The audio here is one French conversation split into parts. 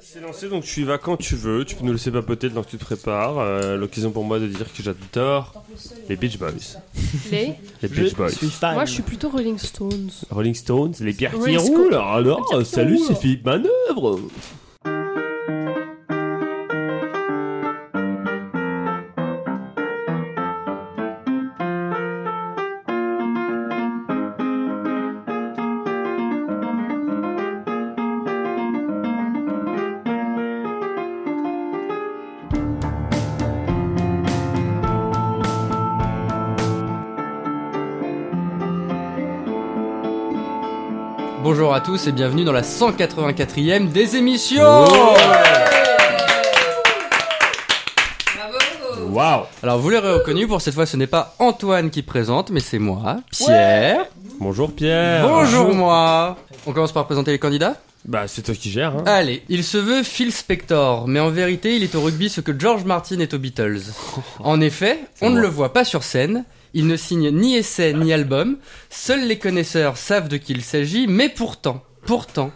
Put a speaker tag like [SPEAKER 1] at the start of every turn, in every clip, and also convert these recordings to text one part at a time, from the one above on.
[SPEAKER 1] C'est lancé, donc tu y vas quand tu veux, tu peux nous laisser papoter pendant que tu te prépares. Euh, L'occasion pour moi de dire que j'adore les Beach Boys.
[SPEAKER 2] Les
[SPEAKER 1] Les Beach Boys.
[SPEAKER 3] Ah,
[SPEAKER 4] fan.
[SPEAKER 2] Moi, je suis plutôt Rolling Stones.
[SPEAKER 1] Rolling Stones, les pierres qui
[SPEAKER 2] Rolling
[SPEAKER 1] roulent. Alors,
[SPEAKER 2] pierres qui
[SPEAKER 1] salut,
[SPEAKER 2] roulent.
[SPEAKER 1] c'est Philippe Manœuvre.
[SPEAKER 5] Bonjour à tous et bienvenue dans la 184e des émissions
[SPEAKER 1] Waouh
[SPEAKER 5] Alors vous l'aurez reconnu, pour cette fois ce n'est pas Antoine qui présente, mais c'est moi, Pierre.
[SPEAKER 1] Bonjour Pierre.
[SPEAKER 5] Bonjour moi On commence par présenter les candidats
[SPEAKER 1] Bah, c'est toi qui gères. Hein.
[SPEAKER 5] Allez, il se veut Phil Spector, mais en vérité, il est au rugby ce que George Martin est aux Beatles. En effet, on ne
[SPEAKER 1] moi.
[SPEAKER 5] le voit pas sur scène, il ne signe ni essai ni album, seuls les connaisseurs savent de qui il s'agit, mais pourtant, pourtant,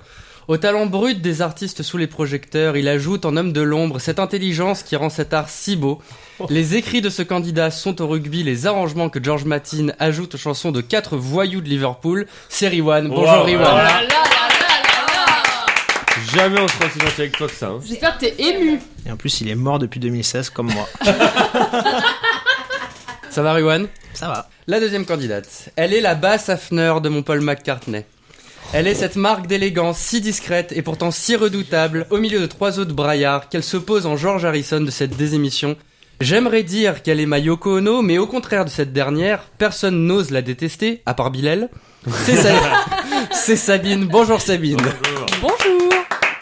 [SPEAKER 5] au talent brut des artistes sous les projecteurs, il ajoute en homme de l'ombre cette intelligence qui rend cet art si beau.
[SPEAKER 1] Oh.
[SPEAKER 5] Les écrits de ce candidat sont au rugby les arrangements que George Martin ajoute aux chansons de quatre voyous de Liverpool. C'est Riwan. Bonjour
[SPEAKER 1] Wow.
[SPEAKER 5] Riwan.
[SPEAKER 1] Voilà. Jamais on sera aussi gentil avec toi que ça. hein.
[SPEAKER 2] J'espère que t'es ému.
[SPEAKER 4] Et en plus, il est mort depuis 2016 comme moi.
[SPEAKER 5] Ça va Riwan
[SPEAKER 4] Ça va.
[SPEAKER 5] La deuxième candidate, elle est la basse Hafner de mon Paul McCartney. Elle est cette marque d'élégance si discrète et pourtant si redoutable au milieu de trois autres braillards qu'elle se pose en George Harrison de cette désémission. J'aimerais dire qu'elle est ma Yoko Ono, mais au contraire de cette dernière, personne n'ose la détester, à part Bilal. C'est Sa- c'est Sabine. Bonjour Sabine.
[SPEAKER 2] Bonjour.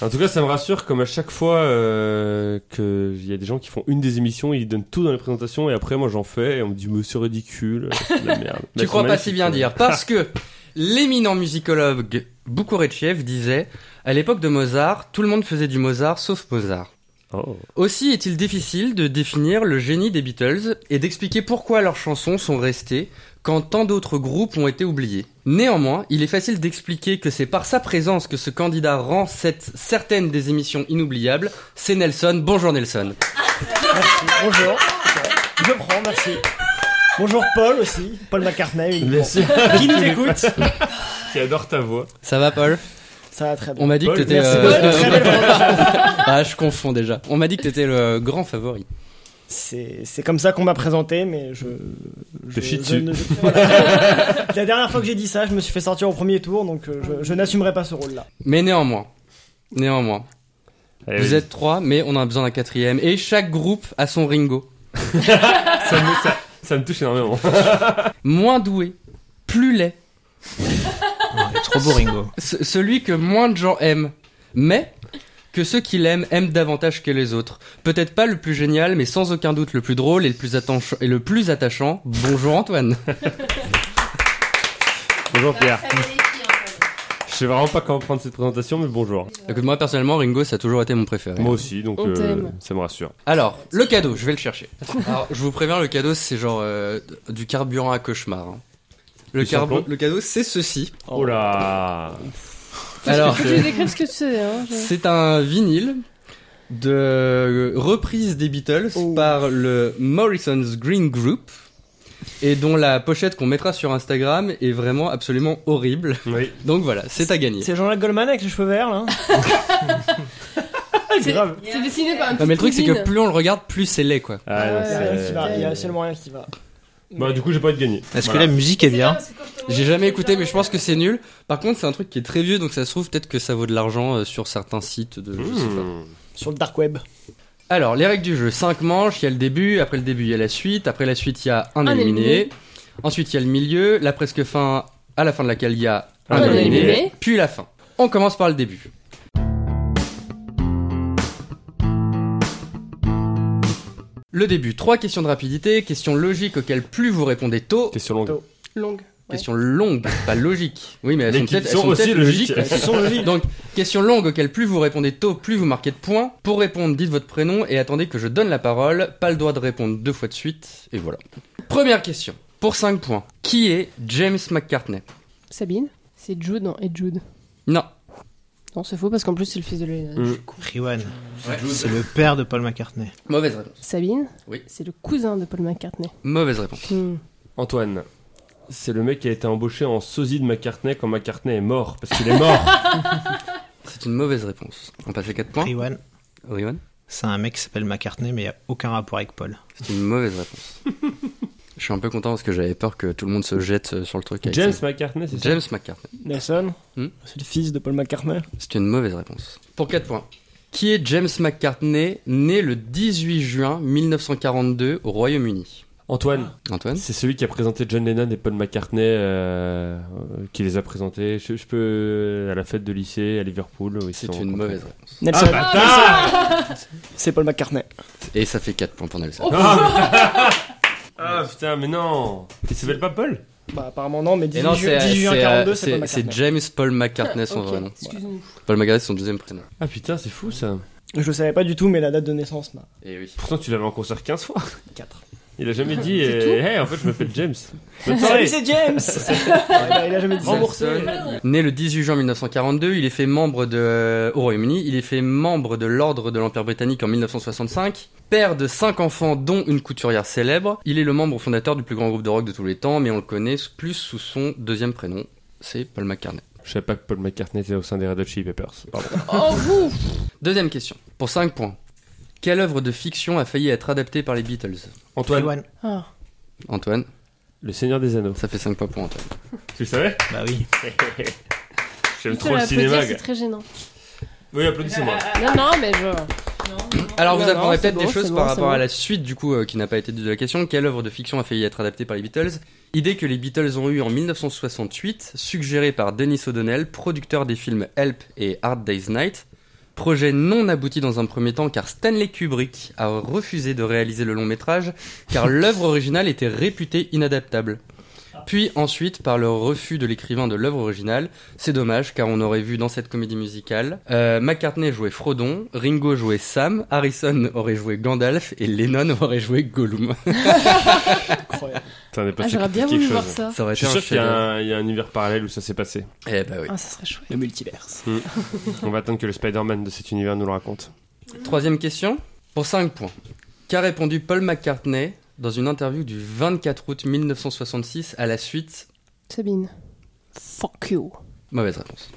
[SPEAKER 1] En tout cas, ça me rassure, comme à chaque fois euh, qu'il y a des gens qui font une des émissions, ils donnent tout dans les présentations, et après, moi, j'en fais, et on me dit, monsieur ridicule, c'est de la merde.
[SPEAKER 5] Tu
[SPEAKER 1] Maître
[SPEAKER 5] crois pas
[SPEAKER 1] Maïs,
[SPEAKER 5] si
[SPEAKER 1] il
[SPEAKER 5] bien
[SPEAKER 1] faut-
[SPEAKER 5] dire, parce que l'éminent musicologue Boukouretchev disait, à l'époque de Mozart, tout le monde faisait du Mozart sauf Mozart.
[SPEAKER 1] Oh.
[SPEAKER 5] Aussi est-il difficile de définir le génie des Beatles et d'expliquer pourquoi leurs chansons sont restées quand tant d'autres groupes ont été oubliés. Néanmoins, il est facile d'expliquer que c'est par sa présence que ce candidat rend cette certaines des émissions inoubliables. C'est Nelson. Bonjour Nelson.
[SPEAKER 4] Bonjour. Je prends, merci. Bonjour Paul aussi. Paul McCartney.
[SPEAKER 1] Merci.
[SPEAKER 4] Qui nous écoute
[SPEAKER 1] Qui adore ta voix.
[SPEAKER 5] Ça va Paul
[SPEAKER 4] Ça va très bien.
[SPEAKER 5] On m'a dit
[SPEAKER 1] Paul,
[SPEAKER 5] que t'étais. euh,
[SPEAKER 4] merci, Paul.
[SPEAKER 1] euh,
[SPEAKER 4] Très belle
[SPEAKER 5] ah, je confonds déjà. On m'a dit que t'étais le grand favori.
[SPEAKER 4] C'est c'est comme ça qu'on m'a présenté, mais je.
[SPEAKER 1] Te chie dessus.
[SPEAKER 4] ne- voilà. La dernière fois que j'ai dit ça, je me suis fait sortir au premier tour, donc euh, je, je n'assumerai pas ce rôle-là.
[SPEAKER 5] Mais néanmoins, néanmoins,
[SPEAKER 1] Allez,
[SPEAKER 4] Eh
[SPEAKER 5] vous
[SPEAKER 1] vas-y.
[SPEAKER 5] êtes trois, mais on en a besoin d'un quatrième. Et chaque groupe a son Ringo.
[SPEAKER 1] ça, me, ça- ça me touche énormément.
[SPEAKER 5] Moins doué, plus laid,
[SPEAKER 4] Trop beau Ringo.
[SPEAKER 5] Ce- celui que moins de gens aiment, mais que ceux qui l'aiment aiment davantage que les autres. Peut-être pas le plus génial, mais sans aucun doute le plus drôle et le plus, attenche- et le plus attachant. Bonjour Antoine.
[SPEAKER 1] Bonjour Pierre. Je sais vraiment pas comment prendre cette présentation, mais bonjour.
[SPEAKER 5] Écoute, moi personnellement, Ringo, ça a toujours été mon préféré.
[SPEAKER 1] Moi aussi, donc
[SPEAKER 2] On
[SPEAKER 1] euh,
[SPEAKER 2] t'aime.
[SPEAKER 1] ça me rassure.
[SPEAKER 5] Alors, le cadeau, je vais le chercher. Alors, je vous préviens, le cadeau, c'est genre euh, du carburant à cauchemar. hein. Le,
[SPEAKER 1] Du
[SPEAKER 5] carbo-
[SPEAKER 1] surplomb
[SPEAKER 5] le cadeau, c'est ceci.
[SPEAKER 1] Oh là
[SPEAKER 5] Alors,
[SPEAKER 2] Faut que tu décrives ce que tu sais. Hein, je-
[SPEAKER 5] c'est un vinyle de reprise des Beatles
[SPEAKER 4] Oh.
[SPEAKER 5] par le Morrison's Green Group et dont la pochette qu'on mettra sur Instagram est vraiment absolument horrible.
[SPEAKER 1] Oui.
[SPEAKER 5] Donc voilà, c'est à gagner.
[SPEAKER 4] C'est Jean-Jacques Goldman avec les cheveux verts, là hein.
[SPEAKER 2] C'est-
[SPEAKER 4] grave.
[SPEAKER 2] C'est dessiné par un petit
[SPEAKER 5] Ah, Non mais le truc c'est que
[SPEAKER 2] cousine.
[SPEAKER 5] plus on le regarde, plus c'est laid quoi.
[SPEAKER 1] Ah, non,
[SPEAKER 2] Ouais,
[SPEAKER 4] Il y a
[SPEAKER 1] c'est-
[SPEAKER 4] rien qui va, il y a seulement rien qui va.
[SPEAKER 1] Bah, du coup, j'ai pas de gagner.
[SPEAKER 3] Est-ce
[SPEAKER 1] Voilà.
[SPEAKER 3] que la musique est bien
[SPEAKER 5] J'ai jamais écouté mais je pense que c'est nul. Par contre c'est un truc qui est très vieux donc ça se trouve peut-être que ça vaut de l'argent euh, sur certains sites de... je sais pas.
[SPEAKER 1] Hmm.
[SPEAKER 4] Sur le dark web.
[SPEAKER 5] Alors les règles du jeu, 5 manches, il y a le début, après le début il y a la suite, après la suite il y a un, éliminé.
[SPEAKER 2] éliminé.
[SPEAKER 5] ensuite il y a le milieu, la presque fin à la fin de laquelle il y a un,
[SPEAKER 1] Un
[SPEAKER 5] éliminé,
[SPEAKER 2] éliminé.
[SPEAKER 5] puis la fin. On commence par le début. Le début, trois questions de rapidité, questions logiques auxquelles plus vous répondez tôt,
[SPEAKER 1] Question longue.
[SPEAKER 2] Longue. Ouais.
[SPEAKER 5] questions longues, pas logiques. Oui, mais elles
[SPEAKER 1] Mais
[SPEAKER 5] sont
[SPEAKER 1] qui
[SPEAKER 5] peut-être
[SPEAKER 1] sont
[SPEAKER 5] elles sont
[SPEAKER 1] aussi
[SPEAKER 5] peut-être
[SPEAKER 1] logiques.
[SPEAKER 5] logiques.
[SPEAKER 4] Son logique.
[SPEAKER 5] Donc, question longue auquel plus vous répondez tôt, plus vous marquez de points. Pour répondre, dites votre prénom et attendez que je donne la parole. Pas le droit de répondre deux fois de suite, et voilà. Première question, pour 5 points. Qui est James McCartney
[SPEAKER 2] Sabine. C'est Jude. Non, et Jude.
[SPEAKER 5] Non.
[SPEAKER 2] Non, c'est faux parce qu'en plus, c'est le fils de Léna.
[SPEAKER 1] Mm.
[SPEAKER 3] Riwan, c'est le père de Paul McCartney.
[SPEAKER 5] Mauvaise réponse.
[SPEAKER 2] Sabine
[SPEAKER 5] Oui.
[SPEAKER 2] C'est le cousin de Paul McCartney.
[SPEAKER 5] Mauvaise réponse.
[SPEAKER 2] Hmm.
[SPEAKER 1] Antoine, c'est le mec qui a été embauché en sosie de McCartney quand McCartney est mort, parce qu'il est mort.
[SPEAKER 5] C'est une mauvaise réponse. On passe à 4 points.
[SPEAKER 3] Riwan,
[SPEAKER 5] Riwan
[SPEAKER 3] c'est un mec qui s'appelle McCartney, mais il n'y a aucun rapport avec Paul.
[SPEAKER 5] C'est une mauvaise réponse. Je suis un peu content parce que j'avais peur que tout le monde se jette euh, sur le truc. avec
[SPEAKER 1] James
[SPEAKER 5] ça.
[SPEAKER 1] McCartney, c'est ça
[SPEAKER 5] James McCartney.
[SPEAKER 4] Nelson,
[SPEAKER 5] Hmm
[SPEAKER 4] c'est le fils de Paul McCartney.
[SPEAKER 5] C'est une mauvaise réponse. Pour 4 points. Qui est James McCartney, né le 18 juin 1942 au Royaume-Uni
[SPEAKER 1] Antoine,
[SPEAKER 5] Antoine
[SPEAKER 1] c'est celui qui a présenté John Lennon et Paul McCartney, euh, euh, qui les a présentés, je, je peux, euh, à la fête de lycée, à Liverpool. où ils se
[SPEAKER 5] C'est
[SPEAKER 1] sont
[SPEAKER 5] une
[SPEAKER 1] rencontrés.
[SPEAKER 5] mauvaise réponse.
[SPEAKER 4] Nelson,
[SPEAKER 1] Ah, bâtard
[SPEAKER 4] c'est Paul McCartney.
[SPEAKER 5] Et ça fait 4 points pour Nelson.
[SPEAKER 4] Oh,
[SPEAKER 1] Ah, putain, mais non Il s'appelle pas Paul
[SPEAKER 4] Bah, apparemment, non, mais
[SPEAKER 5] Et
[SPEAKER 4] 18,
[SPEAKER 5] non, c'est
[SPEAKER 4] 18 juin
[SPEAKER 5] c'est,
[SPEAKER 4] 42,
[SPEAKER 5] euh,
[SPEAKER 4] c'est Paul
[SPEAKER 5] c'est- c'est
[SPEAKER 4] McCartney. Ah,
[SPEAKER 5] James Paul McCartney, son
[SPEAKER 2] Ok,
[SPEAKER 5] vrai nom.
[SPEAKER 2] Excuse-nous.
[SPEAKER 5] Paul McCartney, son deuxième prénom.
[SPEAKER 1] Ah putain, c'est fou ça
[SPEAKER 4] Je le savais pas du tout, mais la date de naissance, bah,
[SPEAKER 5] Et oui.
[SPEAKER 1] Pourtant, tu l'avais en concert 15 fois
[SPEAKER 4] 4.
[SPEAKER 1] Il a jamais dit, euh, hey, en fait, je m'appelle James. Bonne soirée.
[SPEAKER 4] Salut, c'est James Ouais, bah, Il a jamais dit ça.
[SPEAKER 5] Né le 18 juin 1942, il est fait membre de euh, au Royaume-Uni, il est fait membre de l'ordre de l'Empire britannique en 1965. Père de cinq enfants, dont une couturière célèbre, il est le membre fondateur du plus grand groupe de rock de tous les temps, mais on le connaît plus sous son deuxième prénom, c'est Paul McCartney.
[SPEAKER 1] Je savais pas que Paul McCartney était au sein des Red Hot Chili Peppers. Pardon.
[SPEAKER 2] Oh, vous
[SPEAKER 5] Deuxième question, pour 5 points. Quelle œuvre de fiction a failli être adaptée par les Beatles
[SPEAKER 1] Antoine,
[SPEAKER 3] Riwan,
[SPEAKER 2] Ah.
[SPEAKER 5] Antoine,
[SPEAKER 1] le Seigneur des Anneaux.
[SPEAKER 5] ça fait 5 points pour Antoine.
[SPEAKER 1] Tu le savais
[SPEAKER 3] bah oui.
[SPEAKER 1] J'aime
[SPEAKER 2] Putain,
[SPEAKER 1] trop le
[SPEAKER 2] l'applaudir,
[SPEAKER 1] cinéma.
[SPEAKER 2] C'est
[SPEAKER 1] gars.
[SPEAKER 2] très gênant.
[SPEAKER 1] Oui, applaudissez-moi.
[SPEAKER 2] Non, non, mais je. Ah,
[SPEAKER 5] Alors vous
[SPEAKER 2] Non, non,
[SPEAKER 5] apprendrez
[SPEAKER 2] c'est
[SPEAKER 5] peut-être
[SPEAKER 2] bon,
[SPEAKER 5] des
[SPEAKER 2] c'est
[SPEAKER 5] choses
[SPEAKER 2] bon,
[SPEAKER 5] par
[SPEAKER 2] c'est
[SPEAKER 5] rapport
[SPEAKER 2] bon.
[SPEAKER 5] à la suite du coup euh, qui n'a pas été de la question. Quelle œuvre de fiction a failli être adaptée par les Beatles Idée que les Beatles ont eue en 1968, suggérée par Dennis O'Donnell, producteur des films Help et Hard Day's Night. Projet non abouti dans un premier temps car Stanley Kubrick a refusé de réaliser le long métrage car l'œuvre originale était réputée inadaptable. Puis ensuite par le refus de l'écrivain de l'œuvre originale, c'est dommage car on aurait vu dans cette comédie musicale euh, McCartney jouer Frodon, Ringo jouer Sam, Harrison aurait joué Gandalf et Lennon aurait joué Gollum.
[SPEAKER 4] Incroyable.
[SPEAKER 1] Putain, on est
[SPEAKER 2] Ah,
[SPEAKER 1] passé
[SPEAKER 2] J'aurais bien
[SPEAKER 1] quelque
[SPEAKER 2] voulu
[SPEAKER 1] chose.
[SPEAKER 2] voir ça.
[SPEAKER 5] Ça aurait
[SPEAKER 1] Je suis
[SPEAKER 5] été un
[SPEAKER 1] sûr qu'il y, a
[SPEAKER 5] chef-d'œuvre.
[SPEAKER 1] un- il y a un univers parallèle où ça s'est passé.
[SPEAKER 5] Eh bah oui.
[SPEAKER 2] Ah, ça serait chouette.
[SPEAKER 4] Le multiverse.
[SPEAKER 1] On va attendre que le Spider-Man de cet univers nous le raconte.
[SPEAKER 5] Troisième question pour 5 points. Qu'a répondu Paul McCartney dans une interview du 24 août 1966 à la suite
[SPEAKER 2] Sabine. Fuck you.
[SPEAKER 5] Mauvaise réponse.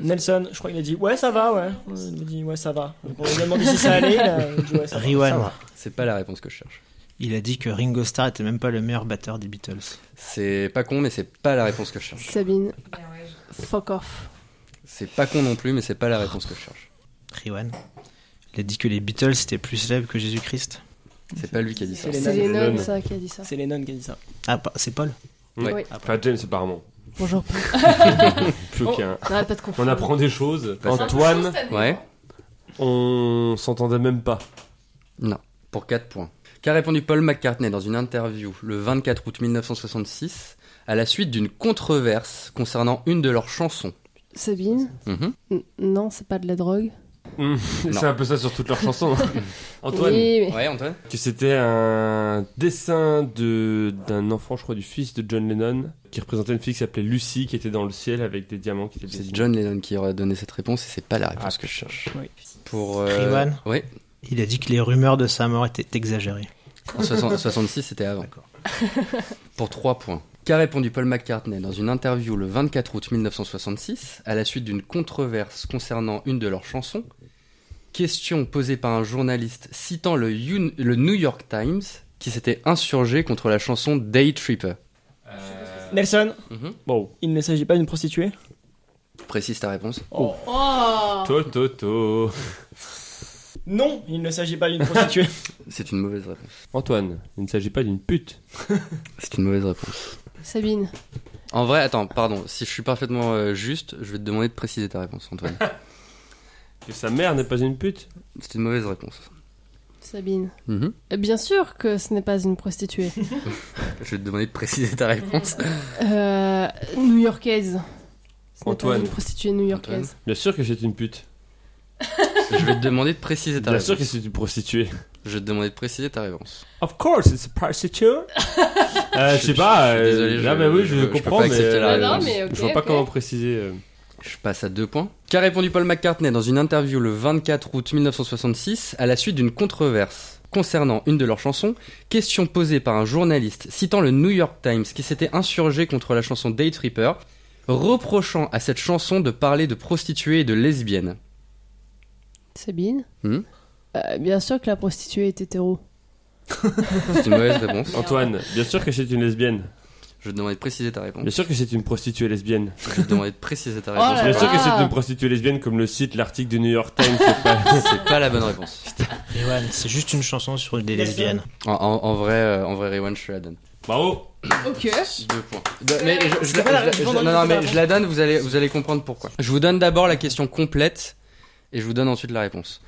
[SPEAKER 4] Nelson, je crois qu'il a dit ouais, ça va, ouais. Ouais, Il a dit ouais, ça va. Donc, on lui a demandé si ça allait, il a dit ouais, ça va. ça
[SPEAKER 3] Riwan,
[SPEAKER 4] va.
[SPEAKER 5] C'est pas la réponse que je cherche.
[SPEAKER 3] il a dit que Ringo Starr était même pas le meilleur batteur des Beatles.
[SPEAKER 5] C'est pas con mais c'est pas la réponse que je cherche.
[SPEAKER 2] Sabine. Fuck off.
[SPEAKER 5] C'est pas con non plus mais c'est pas la réponse que je cherche.
[SPEAKER 3] Riwan, il a dit que les Beatles étaient plus célèbres que Jésus-Christ.
[SPEAKER 5] C'est pas lui qui a dit ça.
[SPEAKER 4] C'est
[SPEAKER 2] C'est
[SPEAKER 4] Lennon.
[SPEAKER 2] Lennon, ça, qui a dit ça.
[SPEAKER 4] C'est Lennon qui a dit ça.
[SPEAKER 3] Ah, pas- c'est Paul
[SPEAKER 1] Ouais.
[SPEAKER 2] Oui.
[SPEAKER 1] Pas James, apparemment.
[SPEAKER 2] Bonjour.
[SPEAKER 1] Plus qu'un.
[SPEAKER 2] Arrête pas de confondre.
[SPEAKER 1] On apprend des choses.
[SPEAKER 5] Pas ça.
[SPEAKER 1] Antoine,
[SPEAKER 5] Ouais.
[SPEAKER 1] on s'entendait même pas.
[SPEAKER 5] pour 4 points. Qu'a répondu Paul McCartney dans une interview le 24 août 1966 à la suite d'une controverse concernant une de leurs chansons
[SPEAKER 2] Sabine.
[SPEAKER 5] Mhm.
[SPEAKER 2] N- Non, c'est pas de la drogue.
[SPEAKER 1] Hum,
[SPEAKER 5] Non.
[SPEAKER 1] C'est un peu ça sur toutes leurs chansons. Antoine,
[SPEAKER 2] Oui, mais-
[SPEAKER 5] Ouais, Antoine
[SPEAKER 1] que c'était un dessin de d'un enfant, je crois, du fils de John Lennon, qui représentait une fille qui s'appelait Lucy, qui était dans le ciel avec des diamants qui étaient
[SPEAKER 5] C'est
[SPEAKER 1] dessinés.
[SPEAKER 5] John Lennon qui aurait donné cette réponse et c'est pas la réponse
[SPEAKER 1] Ah,
[SPEAKER 5] que je cherche.
[SPEAKER 4] oui.
[SPEAKER 5] Pour. euh,
[SPEAKER 3] Rivan.
[SPEAKER 5] Ouais,
[SPEAKER 3] Il a dit que les rumeurs de sa mort étaient exagérées.
[SPEAKER 5] en 60 66, c'était avant.
[SPEAKER 3] D'accord.
[SPEAKER 5] Pour 3 points. Qu'a répondu Paul McCartney dans une interview le 24 août 1966 à la suite d'une controverse concernant une de leurs chansons Question posée par un journaliste citant le, Yun- le New York Times qui s'était insurgé contre la chanson Day Tripper.
[SPEAKER 4] Nelson,
[SPEAKER 5] Mhm.
[SPEAKER 1] Bon,
[SPEAKER 4] il ne s'agit pas d'une prostituée
[SPEAKER 5] Précise ta réponse.
[SPEAKER 2] Oh
[SPEAKER 1] to to to.
[SPEAKER 4] Non, il ne s'agit pas d'une prostituée.
[SPEAKER 5] C'est une mauvaise réponse.
[SPEAKER 1] Antoine, il ne s'agit pas d'une pute.
[SPEAKER 5] C'est une mauvaise réponse.
[SPEAKER 2] Sabine.
[SPEAKER 5] En vrai, attends, pardon, si je suis parfaitement euh, juste, je vais te demander de préciser ta réponse, Antoine.
[SPEAKER 1] Que sa mère n'est pas une pute.
[SPEAKER 5] C'est une mauvaise réponse.
[SPEAKER 2] Sabine.
[SPEAKER 5] Mhm.
[SPEAKER 2] Euh, Bien sûr que ce n'est pas une prostituée.
[SPEAKER 5] Je vais te demander de préciser ta réponse.
[SPEAKER 2] Euh, New-Yorkaise. Ce n'est pas
[SPEAKER 1] Antoine.
[SPEAKER 2] Une prostituée new-yorkaise.
[SPEAKER 1] Bien sûr que c'est une pute.
[SPEAKER 5] je vais te demander de préciser ta
[SPEAKER 1] Bien sûr que
[SPEAKER 5] réponse.
[SPEAKER 1] c'est une prostituée.
[SPEAKER 5] Je vais te demander de préciser ta réponse.
[SPEAKER 1] Of course, it's a prostitute. euh, je sais
[SPEAKER 5] Je-
[SPEAKER 1] pas.
[SPEAKER 5] je- je
[SPEAKER 1] euh,
[SPEAKER 5] suis désolé,
[SPEAKER 1] là,
[SPEAKER 5] je-
[SPEAKER 1] bah oui,
[SPEAKER 5] je-
[SPEAKER 1] je,
[SPEAKER 5] je peux
[SPEAKER 1] comprends,
[SPEAKER 5] pas
[SPEAKER 1] mais, euh,
[SPEAKER 5] accepter la
[SPEAKER 2] Ah non, réponse. mais
[SPEAKER 1] je vois
[SPEAKER 2] ok,
[SPEAKER 1] pas
[SPEAKER 2] ok.
[SPEAKER 1] comment préciser. euh.
[SPEAKER 5] Je passe à deux points. Qu'a répondu Paul McCartney dans une interview le 24 août 1966 à la suite d'une controverse concernant une de leurs chansons, question posée par un journaliste citant le New York Times qui s'était insurgé contre la chanson Day Tripper, reprochant à cette chanson de parler de prostituées et de lesbiennes.
[SPEAKER 2] Sabine
[SPEAKER 5] Hmm
[SPEAKER 2] Euh, Bien sûr que la prostituée est hétéro.
[SPEAKER 5] C'est une mauvaise réponse.
[SPEAKER 1] Antoine, bien sûr que c'est une lesbienne.
[SPEAKER 5] Je te demandais de préciser ta réponse.
[SPEAKER 1] Bien sûr que c'est une prostituée lesbienne.
[SPEAKER 5] Je te demandais de préciser ta
[SPEAKER 2] Oh là
[SPEAKER 5] réponse.
[SPEAKER 1] Bien
[SPEAKER 2] là.
[SPEAKER 1] sûr que c'est une prostituée lesbienne, comme le cite l'article du New York Times. c'est pas-
[SPEAKER 5] C'est pas la bonne réponse.
[SPEAKER 3] Ewan, c'est juste une chanson sur des lesbiennes.
[SPEAKER 5] En, en- en vrai, euh, en vrai, Rewan, je te la donne.
[SPEAKER 1] Bravo
[SPEAKER 2] Ok.
[SPEAKER 5] Deux points. mais je, je-
[SPEAKER 4] C'est pas la
[SPEAKER 5] je-
[SPEAKER 4] réponse
[SPEAKER 5] je-
[SPEAKER 4] dans
[SPEAKER 5] non,
[SPEAKER 4] le
[SPEAKER 5] non,
[SPEAKER 4] livre,
[SPEAKER 5] mais
[SPEAKER 4] c'est
[SPEAKER 5] je la donne, vous allez, vous allez comprendre pourquoi. Je vous donne d'abord la question complète et je vous donne ensuite la réponse.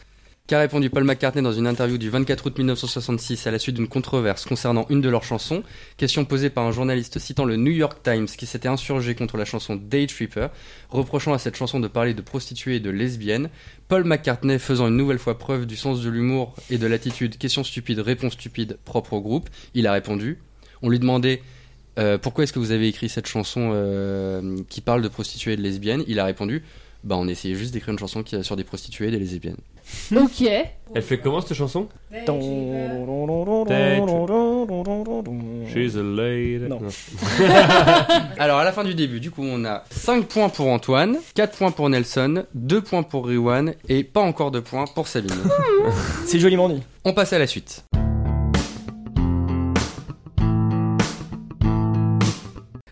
[SPEAKER 5] Qu'a répondu Paul McCartney dans une interview du 24 août 1966 à la suite d'une controverse concernant une de leurs chansons Question posée par un journaliste citant le New York Times qui s'était insurgé contre la chanson Day Tripper, reprochant à cette chanson de parler de prostituées et de lesbiennes. Paul McCartney faisant une nouvelle fois preuve du sens de l'humour et de l'attitude question stupide, réponse stupide propre au groupe, il a répondu. On lui demandait euh, pourquoi est-ce que vous avez écrit cette chanson euh, qui parle de prostituées et de lesbiennes Il a répondu bah on essayait juste d'écrire une chanson qui sur des prostituées et des lesbiennes.
[SPEAKER 2] Ok.
[SPEAKER 1] Elle fait comment cette chanson
[SPEAKER 4] Tête.
[SPEAKER 1] She's a lady.
[SPEAKER 4] Non.
[SPEAKER 5] Alors à la fin du début, du coup, on a 5 points pour Antoine, 4 points pour Nelson, 2 points pour Riwan et pas encore de points pour Sabine.
[SPEAKER 4] C'est joliment dit.
[SPEAKER 5] on passe à la suite.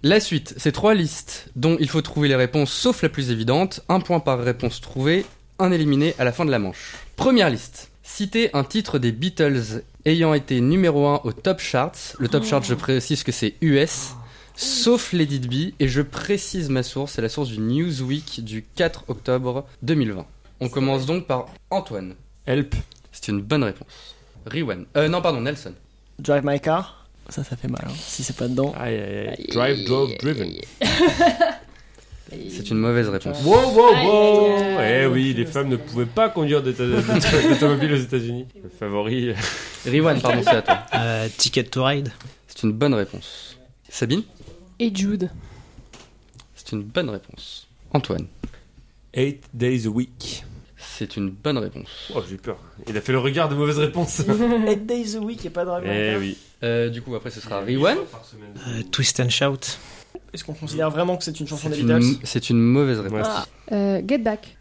[SPEAKER 5] La suite, c'est trois listes dont il faut trouver les réponses sauf la plus évidente, un point par réponse trouvée, un éliminé à la fin de la manche. Première liste. Citer un titre des Beatles ayant été numéro 1 au top charts. Le top chart, je précise que c'est US, sauf Let It Be, et je précise ma source, c'est la source du Newsweek du 4 octobre 2020. On commence donc par Antoine.
[SPEAKER 1] Help.
[SPEAKER 5] C'est une bonne réponse. Riwan. Euh, non, pardon, Nelson.
[SPEAKER 4] Drive my car. Ça, ça fait mal. hein, Si c'est pas dedans.
[SPEAKER 1] Aïe, aïe, aïe. Drive, drove, driven.
[SPEAKER 5] C'est une mauvaise réponse.
[SPEAKER 1] Wow, wow,
[SPEAKER 2] Aïe,
[SPEAKER 1] wow
[SPEAKER 2] aïe, aïe. Ah,
[SPEAKER 1] Eh oui, les femmes ne pouvaient pas conduire d'éta- d'éta- d'automobile aux États-Unis. Le favori.
[SPEAKER 5] Riwan, pardon, c'est à toi.
[SPEAKER 3] Euh, ticket to ride.
[SPEAKER 5] C'est une bonne réponse. Sabine
[SPEAKER 2] Et Jude.
[SPEAKER 5] C'est une bonne réponse. Antoine
[SPEAKER 1] 8 days a week.
[SPEAKER 5] C'est une bonne réponse.
[SPEAKER 1] Oh, j'ai eu peur. Il a fait le regard de mauvaise réponse.
[SPEAKER 4] 8 days a week et pas drive my
[SPEAKER 1] eh
[SPEAKER 4] car.
[SPEAKER 1] oui.
[SPEAKER 5] Euh, du coup, après, ce sera Riwan.
[SPEAKER 3] Euh, twist and shout.
[SPEAKER 4] Est-ce qu'on considère vraiment que c'est une chanson des
[SPEAKER 5] C'est une,
[SPEAKER 4] Beatles
[SPEAKER 5] c'est une mauvaise réponse.
[SPEAKER 1] Ouais.
[SPEAKER 2] Euh, get Back.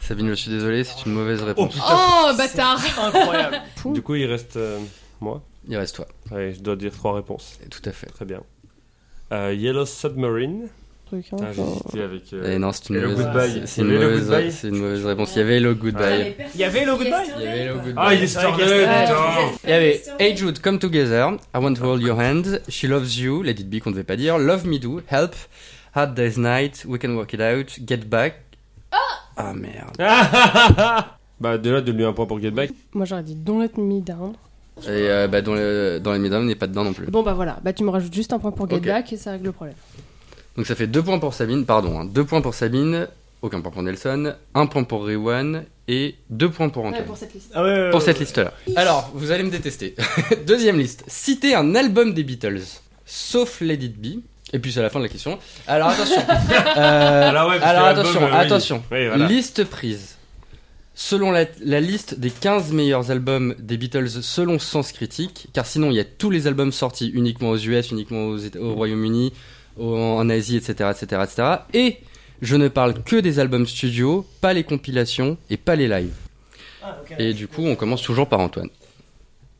[SPEAKER 5] Sabine, je suis désolé, c'est une mauvaise
[SPEAKER 1] Oh
[SPEAKER 5] réponse.
[SPEAKER 1] putain.
[SPEAKER 2] Oh, bâtard
[SPEAKER 4] Incroyable.
[SPEAKER 1] Du coup, il reste euh, moi.
[SPEAKER 5] Il reste toi.
[SPEAKER 1] Ouais, je dois dire trois réponses.
[SPEAKER 5] Tout à fait.
[SPEAKER 1] Très bien. Euh, Yellow Submarine.
[SPEAKER 2] Truc, hein,
[SPEAKER 1] Ah, j'ai
[SPEAKER 2] genre.
[SPEAKER 1] hésité avec. euh,
[SPEAKER 5] Et Eh non, c'est une
[SPEAKER 1] Hello
[SPEAKER 5] mauvaise
[SPEAKER 1] Goodbye.
[SPEAKER 5] c'est- C'est une,
[SPEAKER 1] Hello
[SPEAKER 5] mauvaise-
[SPEAKER 1] Goodbye.
[SPEAKER 5] c'est une mauvaise réponse. Il y avait Hello Goodbye.
[SPEAKER 4] Il y avait le goodbye
[SPEAKER 5] Il y avait Hello Goodbye.
[SPEAKER 1] Ah, Yesterday,
[SPEAKER 2] Ouais.
[SPEAKER 1] putain
[SPEAKER 5] Il y avait Hey Jude, Come Together, I Want to Hold Your Hand, She Loves You, Let It Be qu'on ne devait pas dire, Love Me Do, Help, Hard Day's Night, We Can Work It Out, Get Back. Ah merde.
[SPEAKER 1] Ah, ah, ah, ah. Bah, déjà, donne-lui un point pour Get Back.
[SPEAKER 2] Moi j'aurais dit Don't Let Me Down.
[SPEAKER 5] Et euh, bah, dans, le, dans les Midnight, on n'est pas dedans non plus.
[SPEAKER 2] Bon bah voilà, bah tu me rajoutes juste un point pour Get
[SPEAKER 5] Ok.
[SPEAKER 2] Back et ça règle le problème.
[SPEAKER 5] Donc ça fait 2 points pour Sabine, pardon, 2 points pour Sabine, aucun point pour Nelson, 1 point pour Rewan et 2 points pour Antoine.
[SPEAKER 2] cette liste.
[SPEAKER 4] Ah ouais, ouais, ouais,
[SPEAKER 5] Pour cette
[SPEAKER 4] ouais.
[SPEAKER 5] liste-là. Alors, vous allez me détester. Deuxième liste. Citez un album des Beatles, sauf Let It Be. Et puis c'est la fin de la question. Alors attention. Euh,
[SPEAKER 1] Ah, Alors, ouais, parce
[SPEAKER 5] alors
[SPEAKER 1] que l'album,
[SPEAKER 5] attention,
[SPEAKER 1] euh, oui.
[SPEAKER 5] attention.
[SPEAKER 1] Oui, voilà.
[SPEAKER 5] Liste prise. Selon la, la liste des 15 meilleurs albums des Beatles selon Sens Critique, car sinon il y a tous les albums sortis uniquement aux US, uniquement aux Éta- au Royaume-Uni, au- en Asie, etc., etc., etc. Et je ne parle que des albums studio, pas les compilations et pas les lives.
[SPEAKER 4] Ah, ok.
[SPEAKER 5] Et du coup, on commence toujours par Antoine.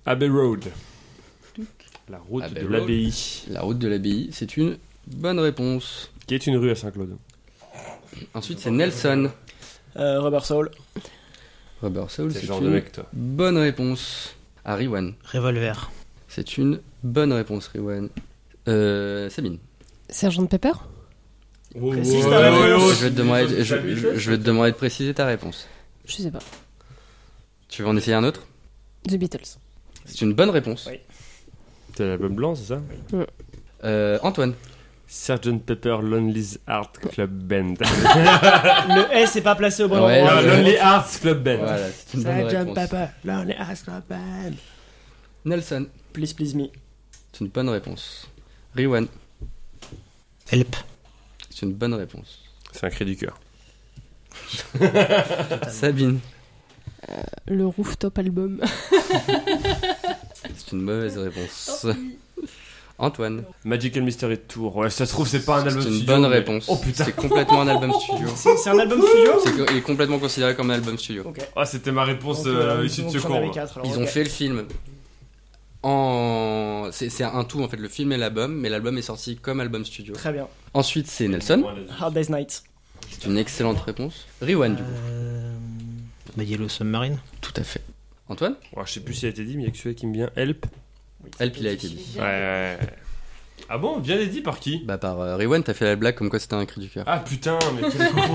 [SPEAKER 1] Abbey Road. La route
[SPEAKER 5] Abbey
[SPEAKER 1] de
[SPEAKER 5] Road.
[SPEAKER 1] l'abbaye.
[SPEAKER 5] La route de l'abbaye, c'est une bonne réponse.
[SPEAKER 1] Qui est une rue à Saint-Claude.
[SPEAKER 5] Ensuite, c'est Nelson.
[SPEAKER 4] Euh, Rubber Soul.
[SPEAKER 5] Rubber Soul,
[SPEAKER 1] C'est
[SPEAKER 5] c'est
[SPEAKER 1] le genre de
[SPEAKER 5] une
[SPEAKER 1] mec, toi.
[SPEAKER 5] bonne réponse. Harry One.
[SPEAKER 3] Revolver.
[SPEAKER 5] C'est une bonne réponse, Riwan. Euh, Sabine.
[SPEAKER 2] Sergent Pepper
[SPEAKER 4] Précise ta réponse.
[SPEAKER 1] Oh, ouais, ouais,
[SPEAKER 5] je vais te demander, je, je vais te demander de préciser ta réponse.
[SPEAKER 2] Je sais pas.
[SPEAKER 5] Tu veux en essayer un autre
[SPEAKER 2] The Beatles.
[SPEAKER 5] C'est une bonne réponse.
[SPEAKER 4] Oui.
[SPEAKER 1] C'est l'album blanc, c'est ça
[SPEAKER 5] Euh, Antoine.
[SPEAKER 1] Sgt Pepper Lonely's Heart Club Band.
[SPEAKER 5] Oh,
[SPEAKER 4] Le S est pas placé au bon
[SPEAKER 5] Ouais,
[SPEAKER 4] endroit.
[SPEAKER 1] Ah,
[SPEAKER 5] ouais.
[SPEAKER 1] Lonely Hearts Club Band.
[SPEAKER 5] Voilà, c'est une bonne
[SPEAKER 4] Sergeant
[SPEAKER 5] réponse.
[SPEAKER 4] Papa, Lonely Hearts Club Band.
[SPEAKER 5] Nelson.
[SPEAKER 4] Please, please me.
[SPEAKER 5] C'est une bonne réponse. Riwan.
[SPEAKER 3] Help.
[SPEAKER 5] C'est une bonne réponse.
[SPEAKER 1] C'est un cri du cœur.
[SPEAKER 5] Sabine,
[SPEAKER 2] Le rooftop album.
[SPEAKER 5] c'est une mauvaise réponse. Antoine,
[SPEAKER 1] Magical Mystery Tour. Ouais, ça se trouve, c'est pas un
[SPEAKER 5] c'est
[SPEAKER 1] album
[SPEAKER 5] une
[SPEAKER 1] studio.
[SPEAKER 5] bonne
[SPEAKER 1] mais-
[SPEAKER 5] réponse.
[SPEAKER 1] Oh putain.
[SPEAKER 5] C'est complètement un album studio.
[SPEAKER 4] C'est c'est un album studio
[SPEAKER 5] C'est co- il est complètement considéré comme un album studio.
[SPEAKER 4] Ok.
[SPEAKER 1] Ah, c'était ma réponse
[SPEAKER 4] Donc,
[SPEAKER 1] euh,
[SPEAKER 4] euh,
[SPEAKER 1] issue de
[SPEAKER 4] donc,
[SPEAKER 1] secours.
[SPEAKER 4] j'en avais
[SPEAKER 1] moi.
[SPEAKER 4] quatre, alors,
[SPEAKER 5] Ils
[SPEAKER 4] ok.
[SPEAKER 5] ont fait le film. En... C'est c'est un tout en fait, le film et l'album, mais l'album est sorti comme album studio.
[SPEAKER 4] Très bien.
[SPEAKER 5] Ensuite, c'est Nelson.
[SPEAKER 4] Hard Day's Night.
[SPEAKER 5] C'est une excellente réponse. Rewan, du coup.
[SPEAKER 3] Euh, bah, Yellow Submarine.
[SPEAKER 5] Tout à fait. Antoine
[SPEAKER 1] Ouais, je sais plus si a été dit, mais il y a que celui qui me vient. Help.
[SPEAKER 5] Elle, il a été dit.
[SPEAKER 1] Ouais, ouais, ouais. Ah bon, bien dit par qui
[SPEAKER 5] Bah, par euh, Rewan, t'as fait la blague comme quoi c'était un cri du cœur.
[SPEAKER 1] Ah putain, mais quel con
[SPEAKER 6] C'est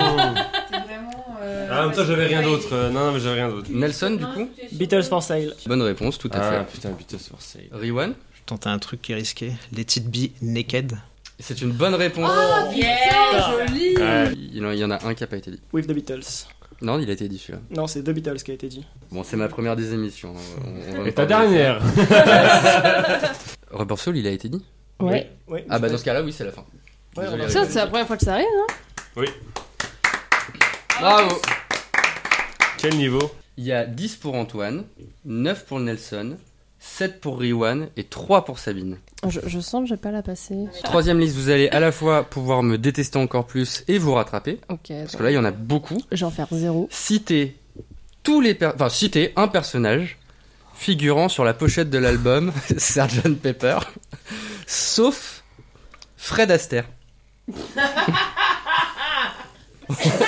[SPEAKER 6] vraiment. euh,
[SPEAKER 1] Ah, en même temps, j'avais rien
[SPEAKER 6] ouais.
[SPEAKER 1] d'autre. Euh, Non, non, mais j'avais rien d'autre.
[SPEAKER 5] Nelson, du coup
[SPEAKER 4] Beatles for Sale.
[SPEAKER 5] Bonne réponse, tout à
[SPEAKER 1] Ah
[SPEAKER 5] fait.
[SPEAKER 1] putain, putain, c'est forcé.
[SPEAKER 5] Rewan
[SPEAKER 3] Je tente un truc qui est risqué. Let It Be Naked.
[SPEAKER 5] C'est une bonne réponse.
[SPEAKER 6] Yeah, joli
[SPEAKER 1] Ouais.
[SPEAKER 5] il, en, il y en a un qui a pas été dit.
[SPEAKER 4] With the Beatles.
[SPEAKER 5] Non, il a été dit celui-là.
[SPEAKER 4] Non, c'est The Beatles qui a été dit.
[SPEAKER 5] Bon, c'est ma première des émissions. hein. On- on- on va
[SPEAKER 1] Et
[SPEAKER 5] me
[SPEAKER 1] ta
[SPEAKER 5] parler.
[SPEAKER 1] dernière
[SPEAKER 5] Robert Soul, il a été dit
[SPEAKER 2] Ouais.
[SPEAKER 4] Ouais.
[SPEAKER 5] Ah, bah dans ce cas-là, oui, c'est la fin.
[SPEAKER 4] Ouais,
[SPEAKER 5] Désolé,
[SPEAKER 4] on a-
[SPEAKER 5] Rewan.
[SPEAKER 2] Ça, c'est la première fois que ça arrive, hein
[SPEAKER 5] Bravo
[SPEAKER 1] Quel niveau
[SPEAKER 5] Il y a 10 pour Antoine, 9 pour Nelson, 7 pour Riwan et 3 pour Sabine.
[SPEAKER 2] je, je sens que j'ai pas la passer.
[SPEAKER 5] Troisième liste, vous allez à la fois pouvoir me détester encore plus et vous rattraper,
[SPEAKER 2] Ok.
[SPEAKER 5] parce que là il y en a beaucoup.
[SPEAKER 2] J'en faire zéro.
[SPEAKER 5] Citez tous les per- enfin citez un personnage figurant sur la pochette de l'album Sgt Pepper, sauf Fred Astaire.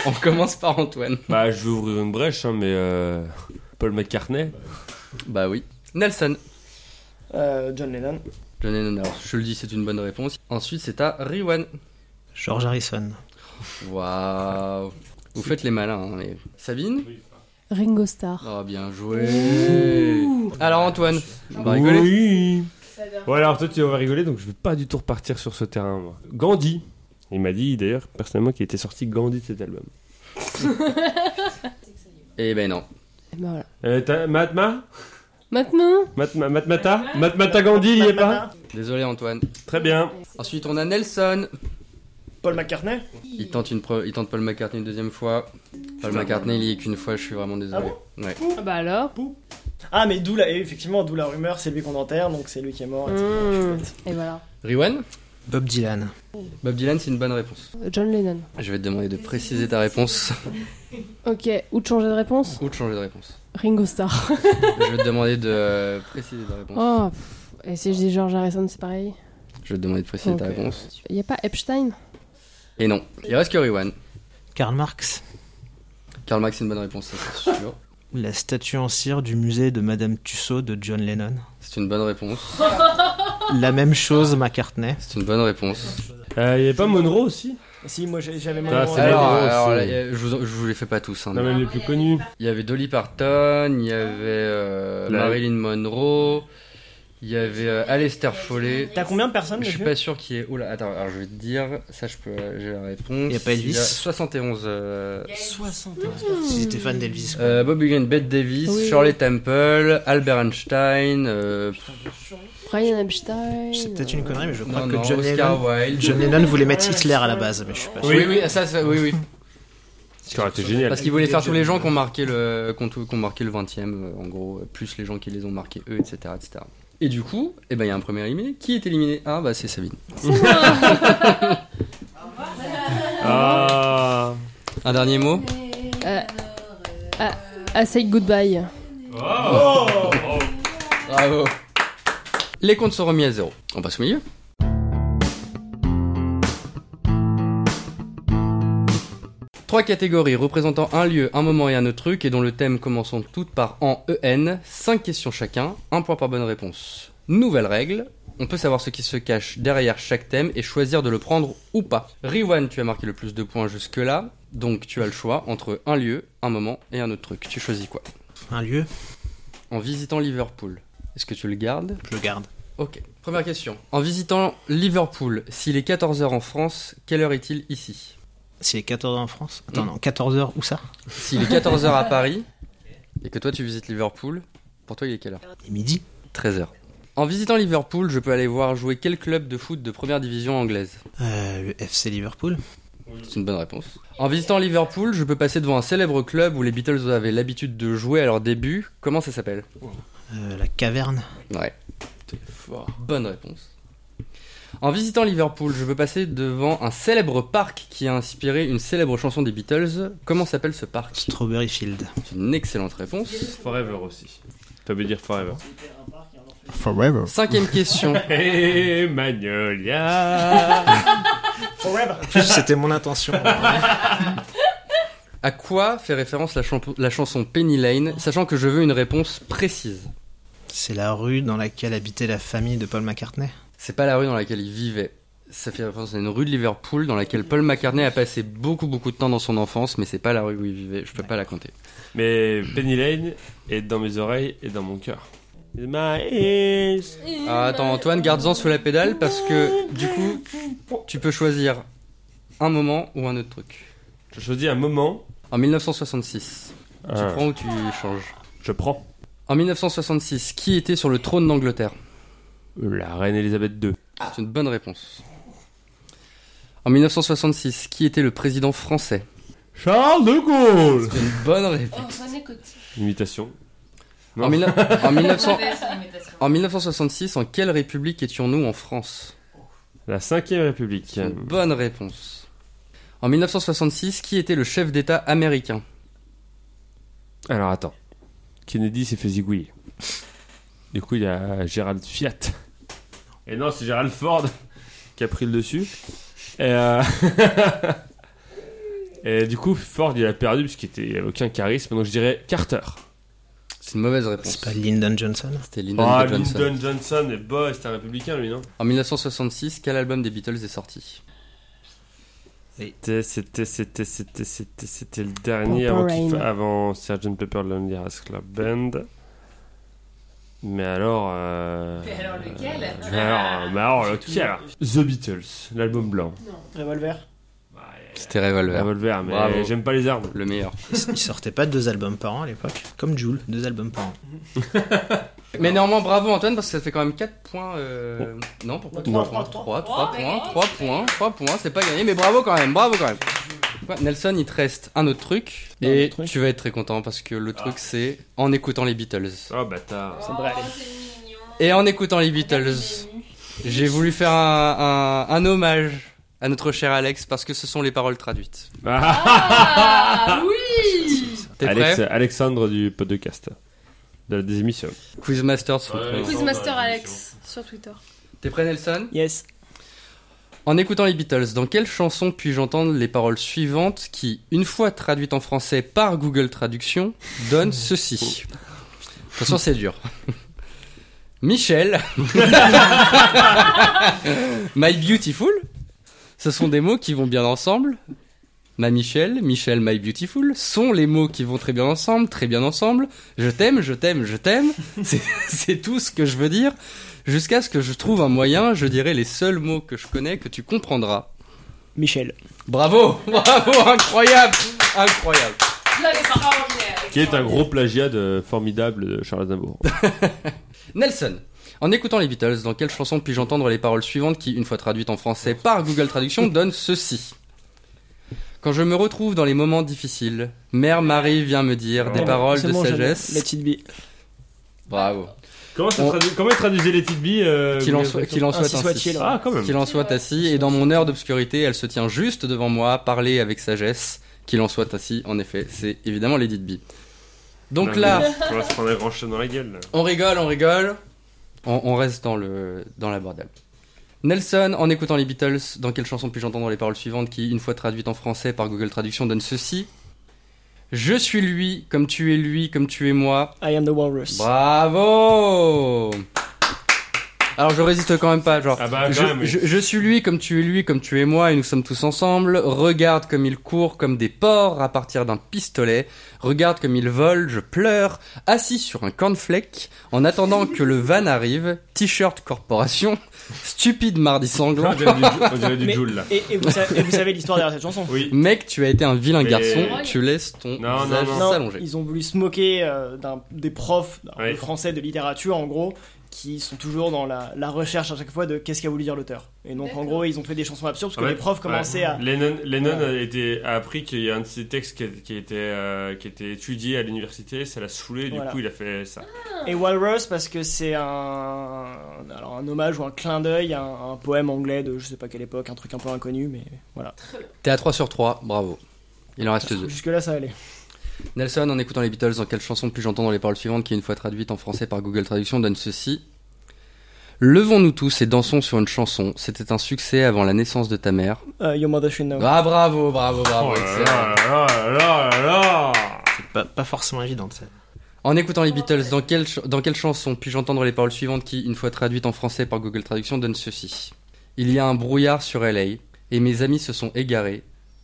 [SPEAKER 5] On commence par Antoine.
[SPEAKER 1] Bah, je vais ouvrir une brèche, hein, mais euh, Paul McCartney.
[SPEAKER 5] Bah oui. Nelson.
[SPEAKER 4] Euh, John Lennon.
[SPEAKER 5] John Lennon. Alors, je le dis, c'est une bonne réponse. Ensuite, c'est à Riwan.
[SPEAKER 3] George Harrison.
[SPEAKER 5] Waouh Vous faites les malins, hein, mais... Sabine
[SPEAKER 2] Ringo Starr.
[SPEAKER 5] Oh, bien joué Alors Antoine, on va rigoler.
[SPEAKER 1] Oui.
[SPEAKER 6] Ça donne-
[SPEAKER 1] Bon alors toi tu vas rigoler donc je vais pas du tout repartir sur ce terrain moi. Gandhi. Il m'a dit d'ailleurs personnellement qu'il était sorti Gandhi de cet album.
[SPEAKER 5] Eh ben non.
[SPEAKER 2] Et ben voilà.
[SPEAKER 1] Euh, t'as- Mahatma
[SPEAKER 2] Maintenant
[SPEAKER 1] Mahatma Matmata Matmata Gandhi il y est pas
[SPEAKER 5] Désolé Antoine.
[SPEAKER 1] Très bien.
[SPEAKER 5] Ensuite on a Nelson.
[SPEAKER 4] Paul McCartney.
[SPEAKER 5] Il tente, une pre- il tente Paul McCartney une deuxième fois. Paul McCartney il y est qu'une fois, je suis vraiment désolé. ouais.
[SPEAKER 2] Ah Bah alors
[SPEAKER 4] Ah, mais d'où la, et effectivement, d'où la rumeur, c'est lui qu'on enterre, donc Oh, c'est lui qui est mort. etc.
[SPEAKER 2] Mmh. Et voilà.
[SPEAKER 5] Riwan
[SPEAKER 3] Bob Dylan.
[SPEAKER 5] Bob Dylan c'est une bonne réponse.
[SPEAKER 2] John Lennon.
[SPEAKER 5] Je vais te demander de préciser ta réponse
[SPEAKER 2] Ok, ou de changer de réponse
[SPEAKER 5] ou de changer de réponse.
[SPEAKER 2] Ringo Starr.
[SPEAKER 5] Je vais te demander de préciser ta réponse.
[SPEAKER 2] Oh, pff. et si je dis George Harrison, c'est pareil
[SPEAKER 5] Je vais te demander de préciser ta
[SPEAKER 2] Ok.
[SPEAKER 5] réponse.
[SPEAKER 2] Y a pas Epstein
[SPEAKER 5] Et non. Il reste que Riwan.
[SPEAKER 3] Karl Marx.
[SPEAKER 5] Karl Marx c'est une bonne réponse, ça c'est sûr.
[SPEAKER 3] La statue en cire du musée de Madame Tussaud de John Lennon.
[SPEAKER 5] C'est une bonne réponse.
[SPEAKER 3] La même chose, McCartney.
[SPEAKER 5] C'est une bonne réponse.
[SPEAKER 1] Euh, il y avait pas Monroe aussi
[SPEAKER 4] Si, moi j'ai- j'avais
[SPEAKER 1] Ah,
[SPEAKER 4] mon-
[SPEAKER 1] c'est
[SPEAKER 5] Alors,
[SPEAKER 1] vrai.
[SPEAKER 5] alors,
[SPEAKER 1] c'est-
[SPEAKER 5] là, y a- je, vous, je vous les fais pas tous. hein.
[SPEAKER 1] Non même les plus connus.
[SPEAKER 5] Il y avait Dolly Parton, il y avait euh,
[SPEAKER 1] La-
[SPEAKER 5] Marilyn Monroe, il y avait euh, Aleister Foley.
[SPEAKER 4] T'as combien de personnes,
[SPEAKER 5] Je suis
[SPEAKER 4] monsieur
[SPEAKER 5] pas sûr qui est. Oula, attends, alors je vais te dire, ça je peux, j'ai la réponse.
[SPEAKER 3] Il y a pas Elvis
[SPEAKER 5] Il y a 71. euh,
[SPEAKER 4] 71.
[SPEAKER 3] Si
[SPEAKER 5] Hmm.
[SPEAKER 3] j'étais fan d'Elvis. quoi.
[SPEAKER 5] euh, Bobby Green, Bette Davis,
[SPEAKER 2] Oui.
[SPEAKER 5] Shirley Temple, Albert Einstein, euh,
[SPEAKER 2] Brian Epstein
[SPEAKER 3] C'est peut-être une connerie, mais je crois
[SPEAKER 5] non,
[SPEAKER 3] que
[SPEAKER 5] non,
[SPEAKER 3] John,
[SPEAKER 5] Oscar
[SPEAKER 3] Lennon,
[SPEAKER 5] Wilde.
[SPEAKER 3] John Lennon voulait mettre Hitler à la base, mais je suis pas sûr.
[SPEAKER 5] Oui, oui, ça, ça- oui, oui.
[SPEAKER 1] Ce qui aurait été génial.
[SPEAKER 5] Parce qu'ils voulaient faire tous les gens qui ont marqué le, qui ont tout- qui ont marqué le 20ème, euh, en gros, euh, plus les gens qui les ont marqués eux, etc. etc. Et du coup, eh ben, il y a un premier éliminé. Qui est éliminé Ah, bah c'est Sabine.
[SPEAKER 1] Ah.
[SPEAKER 5] Un dernier mot
[SPEAKER 2] Euh, ah, ah, say goodbye.
[SPEAKER 5] Bravo Les comptes sont remis à zéro. On passe au milieu. Trois catégories représentant un lieu, un moment et un autre truc, et dont le thème commençant toutes par en EN, cinq questions chacun, un point par bonne réponse. Nouvelle règle, on peut savoir ce qui se cache derrière chaque thème et choisir de le prendre ou pas. Riwan, tu as marqué le plus de points jusque-là, donc tu as le choix entre un lieu, un moment et un autre truc. Tu choisis quoi
[SPEAKER 3] Un lieu,
[SPEAKER 5] En visitant Liverpool, est-ce que tu le gardes
[SPEAKER 3] je le garde.
[SPEAKER 5] Ok. Première question. En visitant Liverpool, s'il est 14h en France, quelle heure est-il ici
[SPEAKER 3] S'il est 14h en France Attends,
[SPEAKER 5] Mm.
[SPEAKER 3] non, 14h, où ça
[SPEAKER 5] S'il est 14h à Paris et que toi tu visites Liverpool, pour toi il est quelle heure
[SPEAKER 3] Et midi
[SPEAKER 5] 13h. En visitant Liverpool, je peux aller voir jouer quel club de foot de première division anglaise
[SPEAKER 3] Euh, Le FC Liverpool
[SPEAKER 5] C'est une bonne réponse. En visitant Liverpool, je peux passer devant un célèbre club où les Beatles avaient l'habitude de jouer à leur début. Comment ça s'appelle
[SPEAKER 3] Euh, la caverne.
[SPEAKER 5] Ouais. Bonne réponse. En visitant Liverpool, je veux passer devant un célèbre parc qui a inspiré une célèbre chanson des Beatles. Comment s'appelle ce parc
[SPEAKER 3] Strawberry Field.
[SPEAKER 5] C'est une excellente réponse.
[SPEAKER 1] Forever aussi. Ça veut dire Forever.
[SPEAKER 3] Forever.
[SPEAKER 5] Cinquième question.
[SPEAKER 1] Et Magnolia
[SPEAKER 4] Forever.
[SPEAKER 3] C'était mon intention.
[SPEAKER 5] À quoi fait référence la, chan- la chanson Penny Lane, sachant que je veux une réponse précise
[SPEAKER 3] C'est la rue dans laquelle habitait la famille de Paul McCartney.
[SPEAKER 5] C'est pas la rue dans laquelle il vivait. Ça fait référence à une rue de Liverpool dans laquelle Paul McCartney a passé beaucoup beaucoup de temps dans son enfance, mais c'est pas la rue où il vivait. Je peux pas la compter.
[SPEAKER 1] Mais Penny Lane est dans mes oreilles et dans mon cœur. My ears.
[SPEAKER 5] Ah, attends, Antoine, garde-en sous la pédale parce que du coup, tu peux choisir un moment ou un autre truc.
[SPEAKER 1] Je choisis un moment.
[SPEAKER 5] En 1966, tu
[SPEAKER 1] Ah,
[SPEAKER 5] prends ou tu changes
[SPEAKER 1] Je prends
[SPEAKER 5] En 1966, qui était sur le trône d'Angleterre
[SPEAKER 1] la reine Elisabeth II.
[SPEAKER 5] C'est une bonne réponse. En 1966, qui était le président français
[SPEAKER 1] Charles de Gaulle
[SPEAKER 5] C'est une bonne réponse.
[SPEAKER 6] Oh, René Coty.
[SPEAKER 1] Imitation. Non.
[SPEAKER 5] En, mille- en 1900
[SPEAKER 6] Mauvaise imitation.
[SPEAKER 5] en 1966, en quelle république étions-nous en France
[SPEAKER 1] La 5 République.
[SPEAKER 5] C'est une bonne réponse. En 1966, qui était le chef d'État américain
[SPEAKER 1] Alors attends. Kennedy s'est fait zigouiller. Du coup, il y a Gérald Fiat. Et non, c'est Gérald Ford qui a pris le dessus. Et, euh, Et du coup, Ford, il a perdu parce qu'il était- il avait aucun charisme. Donc je dirais Carter.
[SPEAKER 5] C'est une mauvaise réponse.
[SPEAKER 3] C'est pas Lyndon Johnson
[SPEAKER 5] C'était Lyndon
[SPEAKER 1] Ah,
[SPEAKER 5] B. Johnson.
[SPEAKER 1] Lyndon Johnson, et boy, c'était un républicain, lui, non
[SPEAKER 5] En 1966, quel album des Beatles est sorti
[SPEAKER 1] C'était, c'était, c'était, c'était, c'était, c'était le dernier
[SPEAKER 2] Purple
[SPEAKER 1] avant, qu'il
[SPEAKER 2] Rain.
[SPEAKER 1] fa- avant Sgt. Pepper Lonely Hearts Club Band. Mais alors. euh,
[SPEAKER 6] Mais alors lequel
[SPEAKER 1] mais alors, mais alors lequel The Beatles, l'album blanc.
[SPEAKER 4] Revolver.
[SPEAKER 5] C'était Revolver.
[SPEAKER 1] Revolver, mais
[SPEAKER 5] Bravo.
[SPEAKER 1] j'aime pas les armes.
[SPEAKER 5] Le meilleur.
[SPEAKER 3] Il sortait pas deux albums par an à l'époque. Comme Jules, deux albums par an.
[SPEAKER 5] Mais néanmoins, bravo Antoine, parce que ça fait quand même 4 points. euh, Non, pourquoi
[SPEAKER 1] Non.
[SPEAKER 5] 3 points 3,
[SPEAKER 6] Trois, mais
[SPEAKER 5] points,
[SPEAKER 6] gagné.
[SPEAKER 5] 3 points, 3 points, c'est pas gagné, mais bravo quand même, bravo quand même. Ouais, Nelson, il te reste un autre truc,
[SPEAKER 4] Un
[SPEAKER 5] et
[SPEAKER 4] autre truc.
[SPEAKER 5] tu vas être très content parce que le truc c'est en écoutant les Beatles.
[SPEAKER 1] Oh bâtard.
[SPEAKER 4] Ça devrait
[SPEAKER 6] Oh,
[SPEAKER 4] aller.
[SPEAKER 6] c'est mignon.
[SPEAKER 5] Et en écoutant les Beatles,
[SPEAKER 6] Beatles.
[SPEAKER 5] j'ai voulu faire un, un- un hommage à notre cher Alex parce que ce sont les paroles traduites.
[SPEAKER 1] Ah,
[SPEAKER 6] Ah oui
[SPEAKER 5] T'es
[SPEAKER 1] Alex,
[SPEAKER 5] prêt
[SPEAKER 1] Alexandre du podcast. De la désémission.
[SPEAKER 5] Quizmaster, sur
[SPEAKER 1] Ouais.
[SPEAKER 5] Twitter.
[SPEAKER 1] Quizmaster
[SPEAKER 7] Quizmaster
[SPEAKER 1] Alex
[SPEAKER 7] Alex sur Twitter.
[SPEAKER 5] T'es prêt Nelson
[SPEAKER 4] Yes.
[SPEAKER 5] En écoutant les Beatles, dans quelle chanson puis-je entendre les paroles suivantes qui, une fois traduites en français par Google Traduction, donnent ceci Attention, c'est dur. Michel, My Beautiful, ce sont des mots qui vont bien ensemble. Ma Michel, Michel, My Beautiful, sont les mots qui vont très bien ensemble, très bien ensemble. Je t'aime, je t'aime, je t'aime. C'est- C'est tout ce que je veux dire. Jusqu'à ce que je trouve un moyen, je dirais les seuls mots que je connais que tu comprendras.
[SPEAKER 4] Michel.
[SPEAKER 5] Bravo, bravo, incroyable, incroyable.
[SPEAKER 6] Là, c'est extraordinaire.
[SPEAKER 1] Qui est un gros plagiat de formidable de Charles Aznavour.
[SPEAKER 5] Nelson, en écoutant les Beatles, dans quelle chanson puis-je entendre les paroles suivantes qui, une fois traduites en français par Google Traduction, donnent ceci Quand je me retrouve dans les moments difficiles, Mère Marie vient me dire des
[SPEAKER 1] Oh,
[SPEAKER 5] paroles
[SPEAKER 4] C'est
[SPEAKER 5] de
[SPEAKER 4] bon, j'en ai.
[SPEAKER 5] sagesse.
[SPEAKER 4] Let it be.
[SPEAKER 5] Bravo.
[SPEAKER 1] comment, ça
[SPEAKER 5] On-
[SPEAKER 1] tradu- comment il traduisait les petites billes euh,
[SPEAKER 5] Qu'il en,
[SPEAKER 1] Google
[SPEAKER 5] soit- qu'il en soit
[SPEAKER 4] Ainsi
[SPEAKER 5] ainsi.
[SPEAKER 4] soit-il.
[SPEAKER 1] Ah, quand même.
[SPEAKER 5] Qu'il en soit assis, et dans mon heure d'obscurité, elle se tient juste devant moi, parler avec sagesse. Qu'il en soit assis, en effet, c'est évidemment Lady B. Donc
[SPEAKER 1] Non,
[SPEAKER 5] là,
[SPEAKER 1] mais On va se prendre un grand chat dans la gueule. là.
[SPEAKER 5] on rigole, on rigole. On, on reste dans le dans l'abordable. Nelson, en écoutant les Beatles, dans quelle chanson puis-je entendre les paroles suivantes qui, une fois traduites en français par Google Traduction, donnent ceci Je suis lui, comme tu es lui, comme tu es moi,
[SPEAKER 4] I am the walrus.
[SPEAKER 5] Bravo Alors je résiste quand même pas, genre.
[SPEAKER 1] Ah bah, quand
[SPEAKER 5] je,
[SPEAKER 1] même, oui.
[SPEAKER 5] je- je suis lui comme tu es lui, comme tu es moi, et nous sommes tous ensemble. Regarde comme il court comme des porcs à partir d'un pistolet. Regarde comme il vole, je pleure, assis sur un cornflake, en attendant que le van arrive. T-shirt corporation, stupide mardi
[SPEAKER 1] On
[SPEAKER 5] sanglant.
[SPEAKER 1] dirait du, on dirait du
[SPEAKER 4] Mais-
[SPEAKER 1] Joule, là.
[SPEAKER 4] Et, et vous savez, et vous savez l'histoire derrière cette chanson
[SPEAKER 1] Oui.
[SPEAKER 5] Mec, tu as été un vilain
[SPEAKER 1] Mais-
[SPEAKER 5] garçon, tu laisses ton
[SPEAKER 1] Non, non,
[SPEAKER 5] visage
[SPEAKER 1] non.
[SPEAKER 5] s'allonger.
[SPEAKER 4] ils ont voulu se moquer euh, d'un- des profs alors,
[SPEAKER 1] Ouais.
[SPEAKER 4] de français de littérature en gros qui sont toujours dans la, la recherche à chaque fois de qu'est-ce qu'a voulu dire l'auteur. Et donc, en
[SPEAKER 6] D'accord.
[SPEAKER 4] gros, ils ont fait des chansons absurdes parce que
[SPEAKER 1] Ah Ouais,
[SPEAKER 4] les profs commençaient à.
[SPEAKER 1] Lennon, Lennon a, été- a appris qu'il y a un de ses textes qui, a- qui était, euh, qui était étudié à l'université, ça l'a saoulé, du
[SPEAKER 4] Voilà.
[SPEAKER 1] coup il a fait ça.
[SPEAKER 4] Et Walrus parce que c'est un. Alors, un hommage ou un clin d'œil à un, un poème anglais de je sais pas quelle époque, un truc un peu inconnu, mais voilà.
[SPEAKER 5] T'es à 3 sur 3, bravo. Il en reste deux.
[SPEAKER 4] Jusque-là, ça allait.
[SPEAKER 5] Nelson, en écoutant les Beatles, dans quelle chanson puis-je entendre les paroles suivantes qui, une fois traduites en français par Google Traduction, donne ceci Levons-nous tous et dansons sur une chanson. C'était un succès avant la naissance de ta mère.
[SPEAKER 4] Euh, Your Mother Should Know.
[SPEAKER 5] Ah bravo, bravo, bravo,
[SPEAKER 1] Oh là
[SPEAKER 5] excellent.
[SPEAKER 1] là là là là là
[SPEAKER 3] C'est pas, pas forcément évident ça.
[SPEAKER 5] En écoutant les Beatles, dans quelle, ch- dans quelle chanson puis-je entendre les paroles suivantes qui, une fois traduites en français par Google Traduction, donnent ceci Il y a un brouillard sur LA et mes amis se sont égarés.